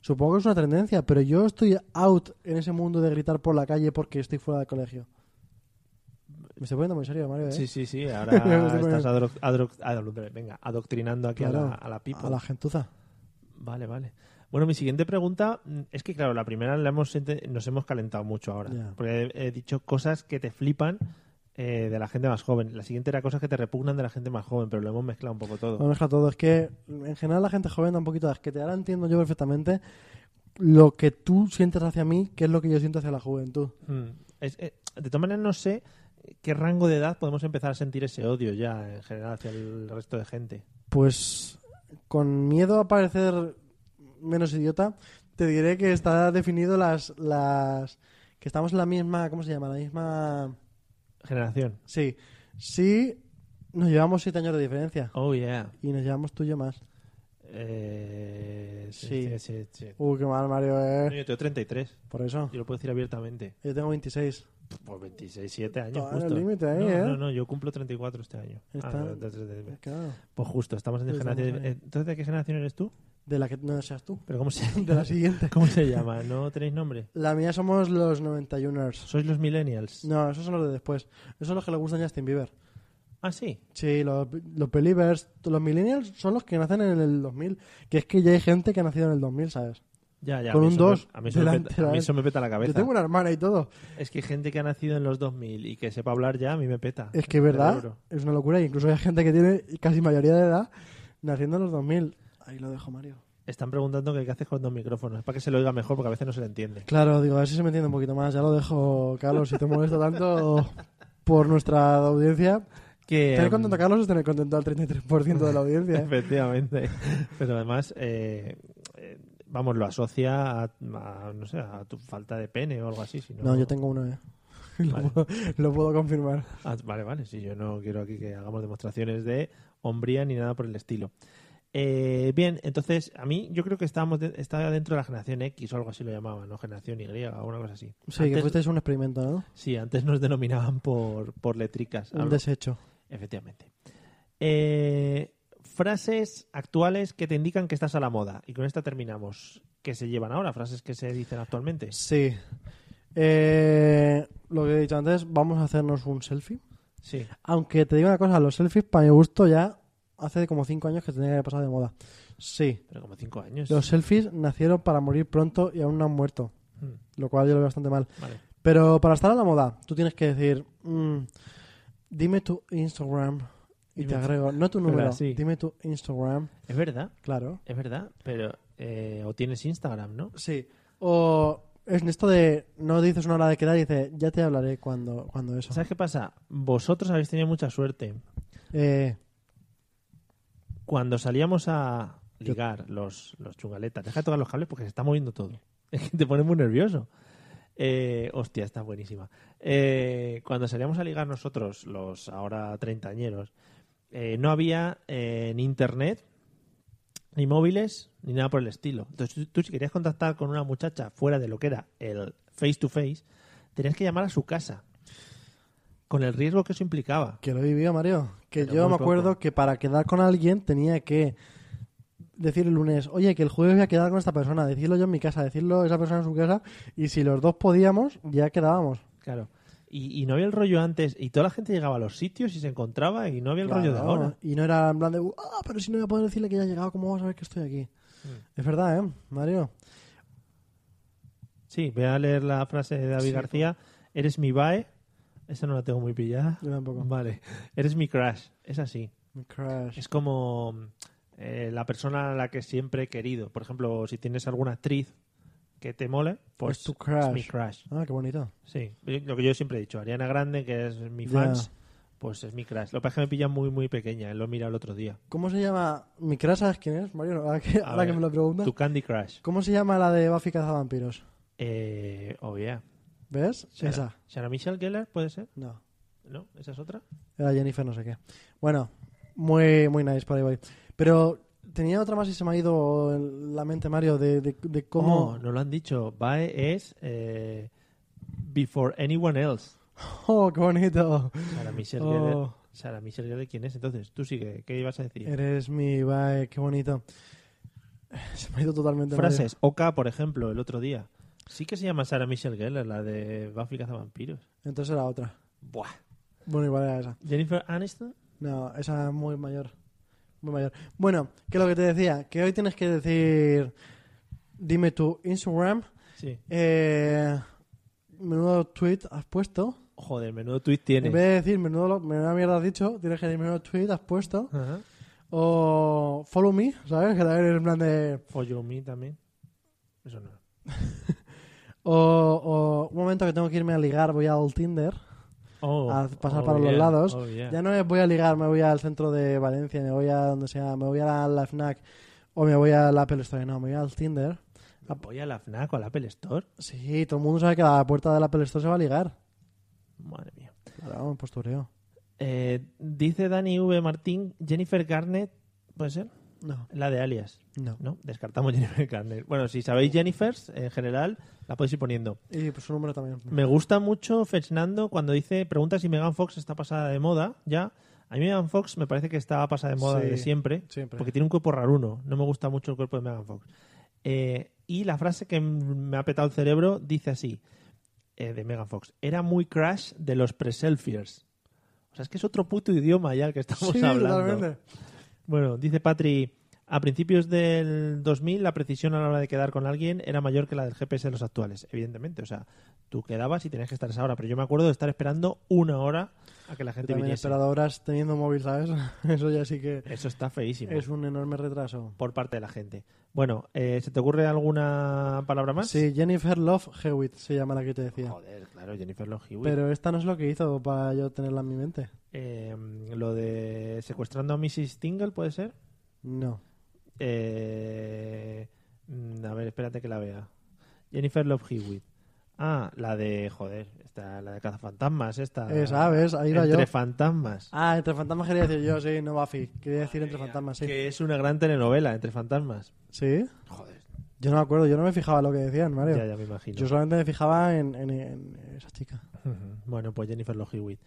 C: Supongo que es una tendencia, pero yo estoy out en ese mundo de gritar por la calle porque estoy fuera del colegio. Me estoy poniendo muy serio, Mario. ¿eh?
A: Sí, sí, [laughs] sí. Ahora
C: Me estoy
A: estás
C: poniendo-
A: adro- adro- adro- venga, adoctrinando aquí a, la, a la pipa.
C: a la gentuza.
A: Vale, vale. Bueno, mi siguiente pregunta mm, es que, claro, la primera la hemos, ente- nos hemos calentado mucho ahora.
C: Ya.
A: Porque he, he dicho cosas que te flipan eh, de la gente más joven. La siguiente era cosas que te repugnan de la gente más joven, pero lo hemos mezclado un poco todo.
C: Lo mezcla todo. Es que en general la gente joven da un poquito de asquete. Ahora entiendo yo perfectamente lo que tú sientes hacia mí, que es lo que yo siento hacia la juventud.
A: Mm. Es- eh, de todas maneras, no sé qué rango de edad podemos empezar a sentir ese odio ya en general hacia el resto de gente.
C: Pues con miedo a parecer menos idiota, te diré que está definido las las que estamos en la misma, ¿cómo se llama? La misma
A: Generación.
C: Sí. Sí, nos llevamos siete años de diferencia
A: Oh, yeah.
C: y nos llevamos tú y yo más.
A: Eh,
C: Sí.
A: sí, sí, sí.
C: Uh, qué mal, Mario,
A: No,
C: eh.
A: Yo tengo 33.
C: Por eso.
A: Yo lo puedo decir abiertamente.
C: Yo tengo 26.
A: Pues 26, 7 años.
C: Todavía
A: justo.
C: el límite ahí,
A: no,
C: ¿eh?
A: no, no, yo cumplo 34 este año. Ah,
C: Está-
A: no, entonces, eh,
C: Claro.
A: pues justo, estamos en
C: Pues
A: generación.
C: estamos ahí.
A: Entonces, ¿de qué generación eres tú?
C: De la que no seas tú.
A: ¿Pero cómo se,
C: De la siguiente.
A: ¿Cómo se llama? ¿No tenéis nombre?
C: La mía somos los 91ers.
A: ¿Sois los millennials?
C: No, esos son los de después. Esos son los que le gustan a Justin Bieber.
A: Ah, sí.
C: Sí, los, los believers, los millennials son los que nacen en el 2000. Que es que ya hay gente que ha nacido en el 2000, ¿sabes?
A: Ya, ya. a
C: Con
A: mí
C: un
A: eso me-
C: 2
A: A mí, eso me
C: delante
A: peta, a
C: de
A: mí
C: la-
A: eso me peta la cabeza.
C: Yo tengo una hermana y todo.
A: Es que gente que ha nacido en los 2000 y que sepa hablar ya, a mí me peta.
C: Es que es
A: El
C: verdad,
A: cerebro.
C: es una locura. Y Incluso hay gente que tiene casi mayoría de edad naciendo en los 2000. Ahí lo dejo, Mario.
A: Están preguntando que qué haces con dos micrófonos. Es para que se lo oiga mejor porque a veces no se le entiende.
C: Claro, digo, a ver si se me entiende un poquito más. Ya lo dejo, Carlos, si te
A: [laughs]
C: molesta tanto por nuestra audiencia.
A: Que,
C: Tener
A: em, [laughs]
C: contento a Carlos es tener contento al 33% de la audiencia. ¿eh?
A: Efectivamente. Pero además, eh, eh, vamos, lo asocia a, a, no sé, a tu falta de pene o algo así. si no-
C: No, yo tengo uno, ¿eh? [laughs]
A: Vale.
C: Lo, puedo, lo puedo confirmar.
A: Ah, vale, vale, sí, yo no quiero aquí que hagamos demostraciones de hombría ni nada por el estilo. Eh, bien, entonces, a mí yo creo que estábamos de- estaba dentro de la generación X o algo así lo llamaban, ¿no? Generación Y o una cosa así.
C: Sí, que
A: Antes-
C: fuisteis un experimento, ¿no?
A: Sí, antes nos denominaban por, por letricas.
C: Un
A: algo-
C: desecho.
A: Efectivamente. Eh, frases actuales que te indican que estás a la moda. Y con esta terminamos. ¿Qué se llevan ahora? Frases que se dicen actualmente.
C: Sí. Eh, lo que he dicho antes, vamos a hacernos un selfie.
A: Sí.
C: Aunque te digo una cosa, los selfies, para mi gusto, ya hace como 5 años que tendría que pasar de moda. Sí.
A: Pero como cinco años.
C: Los selfies nacieron para morir pronto y aún no han muerto.
A: Mm,
C: Lo cual yo lo veo bastante mal.
A: Vale.
C: Pero para estar a la moda, tú tienes que decir, mm, dime tu Instagram y
A: Dime
C: te
A: tu-
C: agrego, no tu
A: Pero
C: número,
A: así.
C: dime tu Instagram,
A: Es verdad,
C: claro.
A: es verdad. Pero. eh, o tienes Instagram, ¿no?
C: Sí. O es en esto de, no dices una hora de quedar y dices, ya te hablaré cuando, cuando eso.
A: ¿Sabes qué pasa? Vosotros habéis tenido mucha suerte.
C: Eh,
A: Cuando salíamos a ligar los, los chungaletas, deja de tocar los cables porque se está moviendo todo. [laughs] Es que te pones muy nervioso. Eh, hostia, está buenísima. Eh, cuando salíamos a ligar nosotros, los ahora treintañeros, eh, no había eh, ni internet, ni móviles, ni nada por el estilo. Entonces, tú, tú si querías contactar con una muchacha fuera de lo que era el face to face, tenías que llamar a su casa. Con el riesgo que eso implicaba.
C: que lo he vivido, Mario. Que
A: Pero
C: yo
A: muy
C: me acuerdo
A: poco.
C: que para quedar con alguien tenía que decir el lunes, oye, que el jueves voy a quedar con esta persona, decirlo yo en mi casa, decirlo esa persona en su casa, y si los dos podíamos, ya quedábamos.
A: Claro. Y, y no había el rollo antes, y toda la gente llegaba a los sitios y se encontraba, y no había el rollo de
C: Claro,
A: ahora.
C: Y no era en plan de, ah, pero si no voy a poder decirle que ya he llegado, ¿cómo vas a ver que estoy aquí?
A: Mm.
C: Es verdad, ¿eh, Mario?
A: Sí, voy a leer la frase de David
C: Sí. pues.
A: García. Eres mi bae. Esa no la tengo muy pillada.
C: Yo tampoco.
A: Vale. Eres mi crush. Es así.
C: Crash.
A: Es como eh, la persona a la que siempre he querido. Por ejemplo, si tienes alguna actriz que te mole, pues
C: Es tu crush.
A: es mi crush.
C: Ah, qué bonito.
A: Sí, Yo- lo que yo siempre he dicho. Ariana Grande, que es mi
C: Ya.
A: fans, pues es mi crush. Lo que pasa es que me pilla muy, muy pequeña. Lo he mirado el otro día.
C: ¿Cómo se llama? ¿Mi crush sabes quién es, Mario? Ahora que,
A: A
C: ahora que
A: ver,
C: me lo preguntas.
A: Tu Candy Crush.
C: ¿Cómo se llama la de Buffy Cazavampiros?
A: Eh, oh, yeah.
C: ¿Ves?
A: Sarah-
C: Esa.
A: Sarah Michelle Gellar, ¿puede ser?
C: No.
A: ¿No? ¿Esa es otra?
C: Era Jennifer no sé qué. Bueno, muy, muy nice, por ahí voy. Pero tenía otra más y se me ha ido el- la mente, Mario, de, de, de cómo...
A: Oh, no lo han dicho. Bae es eh, Before Anyone Else.
C: [laughs] Oh, qué bonito!
A: Sara Michelle
C: Oh.
A: Gellar. Sara Michelle Gellar, ¿quién es? Entonces, tú sigue. ¿Qué ibas a decir?
C: Eres mi bye, qué bonito. Se me ha ido totalmente. Mario.
A: Frases. Oka, por ejemplo, el otro día. Sí que se llama Sara Michelle Gellar, la de Buffy Cazavampiros.
C: Entonces era otra.
A: Buah.
C: Bueno, igual era esa.
A: Jennifer Aniston.
C: No, esa es muy mayor. Muy mayor. Bueno, que lo que te decía, que hoy tienes que decir. Dime tu Instagram.
A: Sí.
C: Eh, menudo tweet has puesto.
A: Joder, menudo tweet tiene.
C: En vez de decir menudo, lo- menuda mierda has dicho, tienes que decir menudo tweet has puesto.
A: Ajá.
C: O follow me, ¿sabes? Que también es en plan de.
A: Follow Me también. Eso no.
C: O, o un momento que tengo que irme a ligar, voy al Tinder.
A: Oh,
C: a pasar
A: oh,
C: para los
A: yeah,
C: lados.
A: oh, yeah.
C: Ya no es voy a ligar, me voy al centro de Valencia, me voy a donde sea, me voy a la, la FNAC o me voy a la Apple Store. No, me voy al Tinder.
A: ¿Apoya a la FNAC o a la Apple Store?
C: Sí, todo el mundo sabe que a la puerta de la Apple Store se va a ligar.
A: Madre mía.
C: Claro, un postureo.
A: Eh, dice Dani V. Martín, Jennifer Garnett, ¿puede ser?
C: No,
A: La de Alias.
C: no.
A: No, descartamos [laughs] Jennifer Garner. Bueno, si sabéis Jennifers, en general, la podéis ir poniendo.
C: Y pues su número también.
A: Me gusta mucho Fernando cuando dice, pregunta si Megan Fox está pasada de moda ya. A mí Megan Fox me parece que está pasada de moda
C: Sí,
A: de siempre,
C: siempre.
A: porque tiene un cuerpo raruno. No me gusta mucho el cuerpo de Megan Fox. Eh, y la frase que m- me ha petado el cerebro dice así, eh, de Megan Fox, era muy crash de los pre-selfiers. O sea, es que es otro puto idioma ya el que estamos
C: Sí,
A: hablando.
C: totalmente.
A: Bueno, dice Patri, a principios del 2000 la precisión a la hora de quedar con alguien era mayor que la del GPS de los actuales, evidentemente. O sea, tú quedabas y tenías que estar esa hora, pero yo me acuerdo de estar esperando una hora a que la
C: Yo
A: gente
C: también he
A: viniese.
C: esperado horas teniendo móvil, ¿sabes? [laughs] Eso ya sí que
A: Eso está feísimo
C: es un enorme retraso.
A: por parte de la gente. Bueno, eh, ¿se te ocurre alguna palabra más?
C: Sí, Jennifer Love Hewitt se llama la que te decía.
A: Joder, claro, Jennifer Love Hewitt.
C: Pero esta no es lo que hizo para yo tenerla en mi mente.
A: Eh, lo de secuestrando a Mrs. Tingle, ¿puede ser?
C: No.
A: Eh, mm, a ver, espérate que la vea. Jennifer Love Hewitt. Ah, la de, joder, esta, la de cazafantasmas, esta.
C: Esa, ¿ves? Ahí iba
A: Entre
C: yo.
A: fantasmas.
C: Ah, entre fantasmas quería decir yo, sí, no Buffy. Quería decir entre fantasmas, sí.
A: Que es una gran telenovela, Entre fantasmas.
C: ¿Sí?
A: Joder.
C: Yo no me acuerdo, yo no me fijaba lo que decían, Mario.
A: Ya, ya me imagino.
C: Yo solamente me fijaba en, en- en esa chica.
A: Ujú. Bueno, pues Jennifer Love Hewitt.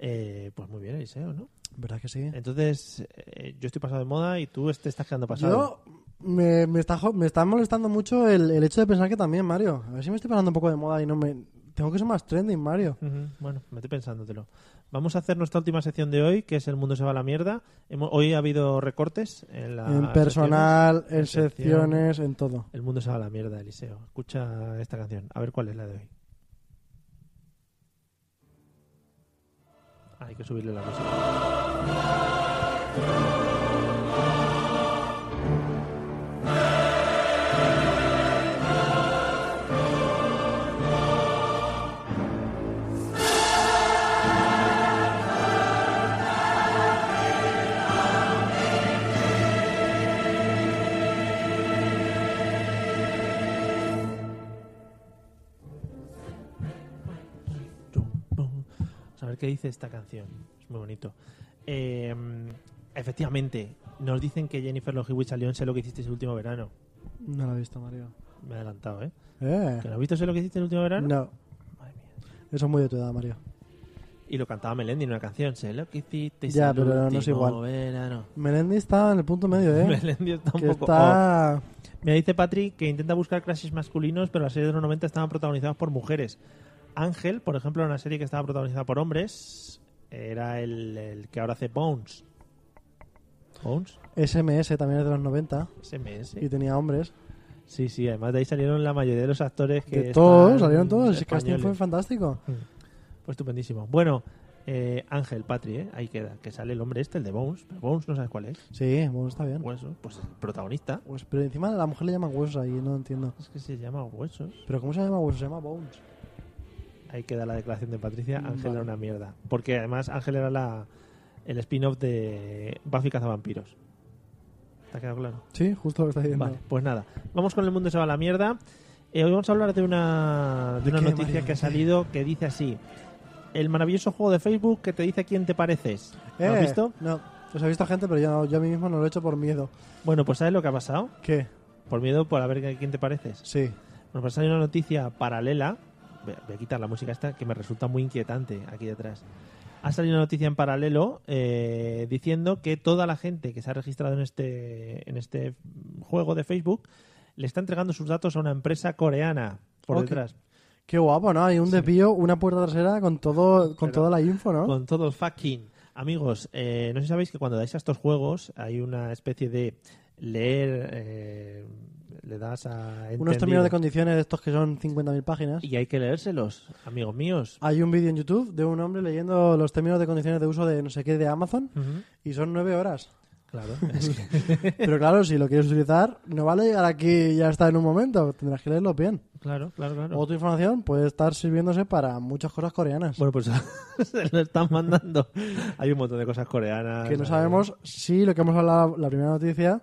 A: Eh, pues muy bien, Eliseo, ¿no?
C: ¿Verdad que sí?
A: Entonces, eh, yo estoy pasado de moda y tú te estás quedando pasado.
C: Yo me, me está, jo- me está molestando mucho el, el hecho de pensar que también, Mario. A ver si me estoy pasando un poco de moda y no me. Tengo que ser más trending, Mario.
A: Ujú, Bueno, me estoy pensándotelo. Vamos a hacer nuestra última sección de hoy, que es El mundo se va a la mierda. Hemo- hoy ha habido recortes en la
C: en personal, en
A: secciones.
C: secciones, en todo.
A: El mundo se va a la mierda, Eliseo. Escucha esta canción. A ver cuál es la de hoy. Ah, Hay que subirle la música. Tum, pum. Vamos a ver qué dice esta canción. Es muy bonito. Eh, efectivamente, nos dicen que Jennifer Love Hewitt salió en Sé lo que hiciste el último verano.
C: No lo he visto, Mario.
A: Me he adelantado, ¿eh?
C: Eh,
A: ¿Que no has visto Sé lo que hiciste el último verano?
C: no,
A: Madre mía.
C: eso es muy de tu edad, Mario.
A: Y lo cantaba Melendi en una canción. Sé lo que hiciste y
C: Ya,
A: sé el
C: pero no es
A: último
C: igual.
A: verano.
C: Melendi está en el punto medio, [laughs] ¿eh?
A: [laughs] Melendi está un
C: que
A: poco...
C: está...
A: Me dice Patrick que intenta buscar crashes masculinos, pero las series de los 90 estaban protagonizadas por mujeres. Ángel, por ejemplo, era una serie que estaba protagonizada por hombres. Era el, el que ahora hace Bones. Bones,
C: SMS también es de los 90
A: SMS.
C: y tenía hombres.
A: eh. Sí, sí, además de ahí salieron la mayoría de los actores que.
C: De todos,
A: están
C: salieron todos. El casting
A: españoles.
C: fue fantástico.
A: Pues estupendísimo. Bueno, eh, Ángel, Patri, ¿eh? ahí queda, que sale el hombre este, el de Bones. Pero Bones no sabes cuál es.
C: Sí, bueno, está bien.
A: Huesos, pues el protagonista.
C: Pues, pero encima a la mujer le llaman huesos ahí, no entiendo.
A: Es que se llama Huesos.
C: ¿Pero cómo se llama huesos? Se llama bones.
A: Ahí queda la declaración de Patricia. Ángel
C: Vale.
A: era una mierda. Porque además Ángel era la, el spin-off de Buffy Cazavampiros. ¿Te ha quedado claro?
C: Sí, justo lo que está diciendo.
A: Vale, pues nada. Vamos con el mundo se va a la mierda. Eh, hoy vamos a hablar de una, de una
C: qué,
A: noticia
C: Mario?
A: que ha
C: ¿De qué?
A: salido que dice así. El maravilloso juego de Facebook que te dice a quién te pareces. ¿Lo has
C: Eh,
A: visto?
C: No, los he visto gente, pero yo, no, yo a mí mismo no lo he hecho por miedo.
A: Bueno, pues ¿sabes lo que ha pasado?
C: ¿Qué?
A: Por miedo por a ver a quién te pareces.
C: Sí.
A: Bueno, pues hay una noticia paralela. Voy a- voy a quitar la música esta que me resulta muy inquietante aquí detrás. Ha salido una noticia en paralelo eh, diciendo que toda la gente que se ha registrado en este, en este juego de Facebook le está entregando sus datos a una empresa coreana por
C: Ok.
A: detrás,
C: Qué guapo, ¿no? Hay un desvío, una puerta trasera con todo, con toda la info, ¿no?
A: con todo el fucking. Amigos, eh, no sé si sabéis que cuando dais a estos juegos hay una especie de leer, eh, le das a...
C: Unos
A: entendido.
C: términos de condiciones de estos que son 50.000 páginas.
A: Y hay que leérselos, amigos míos.
C: Hay un vídeo en YouTube de un hombre leyendo los términos de condiciones de uso de no sé qué de Amazon y son nueve horas. [laughs]
A: Claro. es que-
C: Pero claro, si lo quieres utilizar, no vale llegar aquí y ya está en un momento. Tendrás que leerlo bien.
A: claro, claro, claro.
C: O tu información puede estar sirviéndose para muchas cosas coreanas.
A: Bueno, pues [laughs] se lo están mandando. Hay un montón de cosas coreanas.
C: que no
A: hay-
C: sabemos si lo que hemos hablado la primera noticia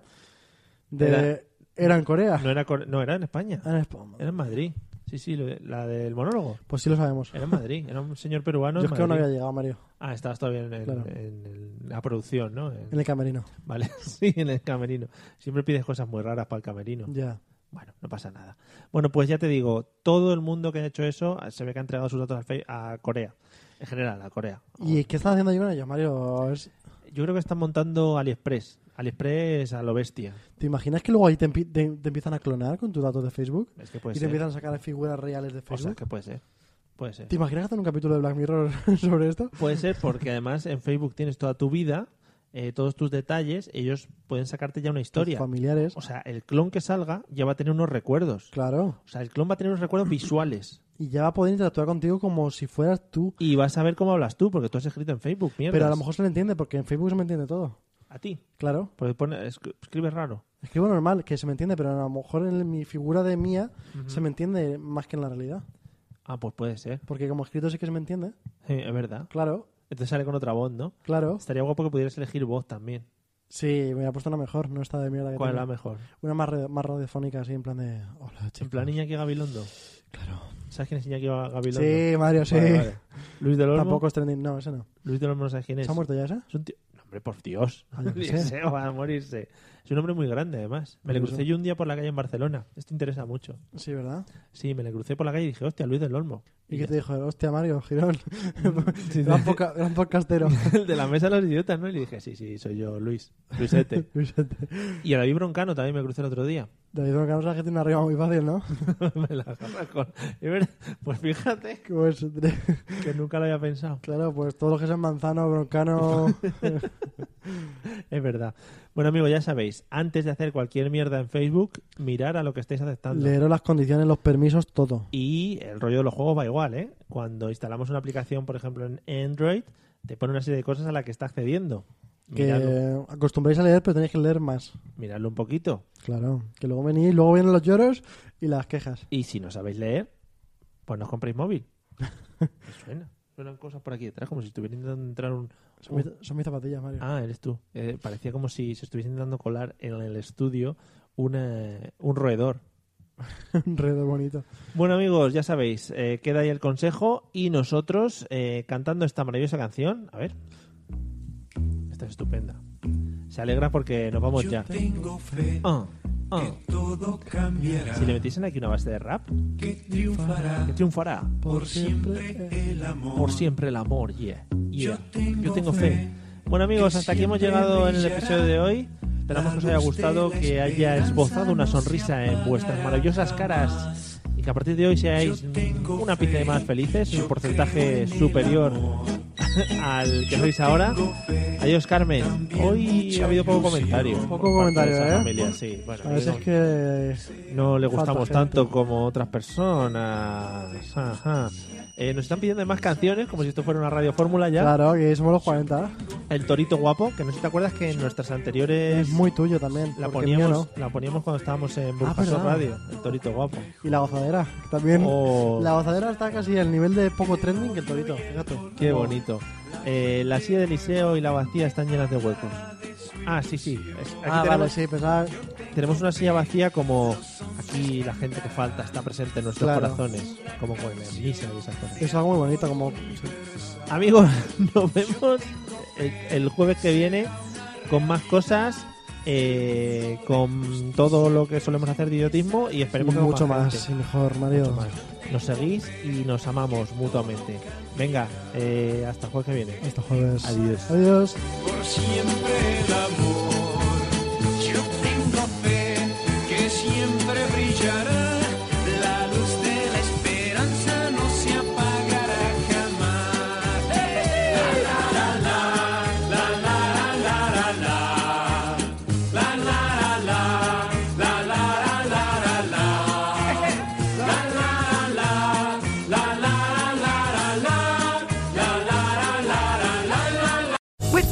C: de
A: Era-
C: era, en Corea.
A: No era, core- no, era en España.
C: Ah, en España.
A: Era en Madrid. Sí, sí, lo de- la del monólogo.
C: Pues sí lo sabemos.
A: Era en Madrid. Era un señor peruano.
C: Yo
A: en
C: es que aún no
A: Madrid.
C: había llegado, Mario.
A: Ah, estabas todavía en, el-
C: Claro.
A: en el- la producción, ¿no? En-
C: En el camerino.
A: [laughs] Vale, sí, en el camerino. Siempre pides cosas muy raras para el camerino.
C: Ya.
A: Bueno, no pasa nada. Bueno, pues ya te digo, todo el mundo que ha hecho eso eh, se ve que ha entregado sus datos al Fe- a Corea. En general, a Corea.
C: ¿Y qué están haciendo yo con ellos, Mario? A ver si-
A: Yo creo que están montando AliExpress. AliExpress a lo bestia.
C: ¿Te imaginas que luego ahí te, empi- te- te empiezan a clonar con tus datos de Facebook?
A: Es que puede
C: y te
A: ser.
C: empiezan a sacar figuras reales de
A: O sea,
C: Facebook.
A: que puede ser. Puede ser.
C: ¿Te imaginas que hacen un capítulo de Black Mirror [laughs] sobre esto?
A: [laughs] Puede ser porque además en Facebook tienes toda tu vida, eh, todos tus detalles, ellos pueden sacarte ya una historia.
C: Tus familiares.
A: O sea, el clon que salga ya va a tener unos recuerdos.
C: Claro.
A: O sea, el clon va a tener unos recuerdos visuales.
C: Y ya va a poder interactuar contigo como si fueras tú.
A: Y vas a ver cómo hablas tú, porque tú has escrito en Facebook, mierda.
C: Pero a lo mejor se le entiende, porque en Facebook se me entiende todo.
A: A ti.
C: Claro.
A: Porque pone- es- escribes raro.
C: Escribo normal, que se me entiende, pero a lo mejor en mi figura de mía se me entiende más que en la realidad.
A: Ah, pues puede ser.
C: Porque como escrito sí que se me entiende.
A: Sí, es verdad.
C: Claro,
A: Entonces sale con otra voz, ¿no?
C: claro.
A: Estaría guapo que pudieras elegir voz también.
C: Sí, me ha puesto una mejor, no esta de mierda que
A: ¿Cuál es
C: tengo.
A: la mejor?
C: Una más, re- más radiofónica, así, en plan de... Hola, chicos.
A: En plan Iñaki Gabilondo.
C: Claro.
A: ¿Sabes quién es Iñaki Gabilondo?
C: Sí, Mario, sí.
A: Vale, vale. Luis del Olmo.
C: Tampoco es trending. No, ese no.
A: Luis del Olmo no sabes quién es.
C: ¿Se ha muerto ya ese?
A: Es un tío... no, hombre, por Dios.
C: Ah, [laughs]
A: [laughs]
C: yo qué sé.
A: Deseo va a morirse. Es un hombre muy grande, además. Me le
C: Por eso.
A: crucé yo un día por la calle en Barcelona. Esto interesa mucho.
C: Sí, ¿verdad?
A: Sí, me le crucé por la calle y dije, hostia, Luis del Olmo.
C: ¿Y
A: Y
C: qué
A: ya.
C: te dijo? Hostia, Mario, Girón. [laughs] gran, poca- gran podcastero.
A: El [laughs] de la mesa de los idiotas, ¿no? Y le dije, sí, sí, soy yo, Luis. Luisete. y a David Broncano también me crucé el otro día. [laughs]
C: David Broncano es que tiene una rima muy fácil, ¿no?
A: me la agarra con... Es verdad. Pues fíjate
C: Que, pues,
A: que nunca lo había pensado.
C: claro, pues todos los que sean Manzano, Broncano...
A: Es verdad. Bueno, amigos, ya sabéis, antes de hacer cualquier mierda en Facebook, mirar a lo que estáis aceptando.
C: Leeros las condiciones, los permisos, todo.
A: Y el rollo de los juegos va igual, ¿eh? Cuando instalamos una aplicación, por ejemplo, en Android, te pone una serie de cosas a la que está accediendo.
C: Que
A: Miradlo,
C: acostumbráis a leer, pero tenéis que leer más.
A: miradlo un poquito.
C: Claro. Que luego venís, luego vienen los lloros y las quejas.
A: Y si no sabéis leer, pues no os compréis móvil. Me suena. Suenan cosas por aquí detrás, como si estuviera intentando entrar un...
C: Son, mis, son mis zapatillas, Mario.
A: Ah, eres tú. Eh, parecía como si se estuviese intentando colar en el estudio una- un roedor.
C: [laughs] Un reto bonito.
A: Bueno amigos, ya sabéis, eh, queda ahí el consejo y nosotros eh, cantando esta maravillosa canción, a ver, esta es estupenda. Se alegra porque nos vamos ya.
E: Tengo fe
A: Ah, Ah.
E: Todo cambiará,
A: Si le metiesen aquí una base de rap,
E: que triunfará
A: que triunfará.
E: por siempre el amor.
A: Por siempre el amor, yeah. yeah.
E: Yo tengo
A: Yo tengo fe.
E: fe
A: Bueno amigos,
E: que
A: hasta aquí hemos
E: siempre
A: llegado en el
E: brillará
A: episodio de hoy. Esperamos que os haya
E: luz de
A: gustado,
E: la
A: que haya
E: esperanza
A: esbozado una
E: no se
A: sonrisa en vuestras
E: apagará
A: maravillosas caras
E: jamás.
A: y que a partir de hoy seáis
E: Yo tengo
A: una pizca de
E: fe,
A: más felices, un
E: yo creo
A: porcentaje
E: en el
A: superior
E: amor.
A: [laughs] al que sois ahora.
E: fe,
A: Adiós Carmen.
E: también
A: Hoy ha
E: mucha
A: habido poco
E: ilusión.
A: comentario. por
C: Poco
A: parte de
C: comentario,
A: esa
C: ¿eh?
A: familia, sí. Bueno,
C: A veces
A: no-
C: que...
A: no le gustamos
C: Falta gente.
A: tanto como otras personas. Ajá. Eh, nos están pidiendo más canciones, como si esto fuera una radio fórmula ya.
C: Claro, que somos los 40.
A: El torito guapo, que no sé si te acuerdas que en nuestras anteriores
C: Es muy tuyo también.
A: Pues la
C: porque mío
A: poníamos,
C: no. Ah,
A: la poníamos cuando estábamos en Burjasot
C: verdad.
A: Radio, el torito guapo.
C: Y la gozadera. También.
A: Oh.
C: La gozadera está casi al nivel de poco trending que el torito. Fíjate.
A: Qué
C: Como-
A: bonito. Eh, la silla de liceo y la vacía están llenas de huecos. Ah, sí, sí. Es- aquí
C: Ah, vale,
A: tenemos,
C: sí, pensaba.
A: tenemos una silla vacía como aquí la gente que falta está presente en nuestros
C: Claro.
A: corazones, como con el misa y esas cosas.
C: Es algo muy bonito, como.
A: Amigos, [laughs] nos vemos el, el jueves que viene con más cosas, eh, con todo lo que solemos hacer de idiotismo y esperemos que con
C: mucho más,
A: gente.
C: y mejor, Mario.
A: Mucho más. este. Nos seguís y nos amamos mutuamente. Venga, eh, hasta el jueves que viene.
C: Hasta jueves.
A: Adiós.
C: Adiós.
E: por siempre el amor. Yo tengo fe que siempre brillará, la luz de la esperanza no se apagará jamás.
F: With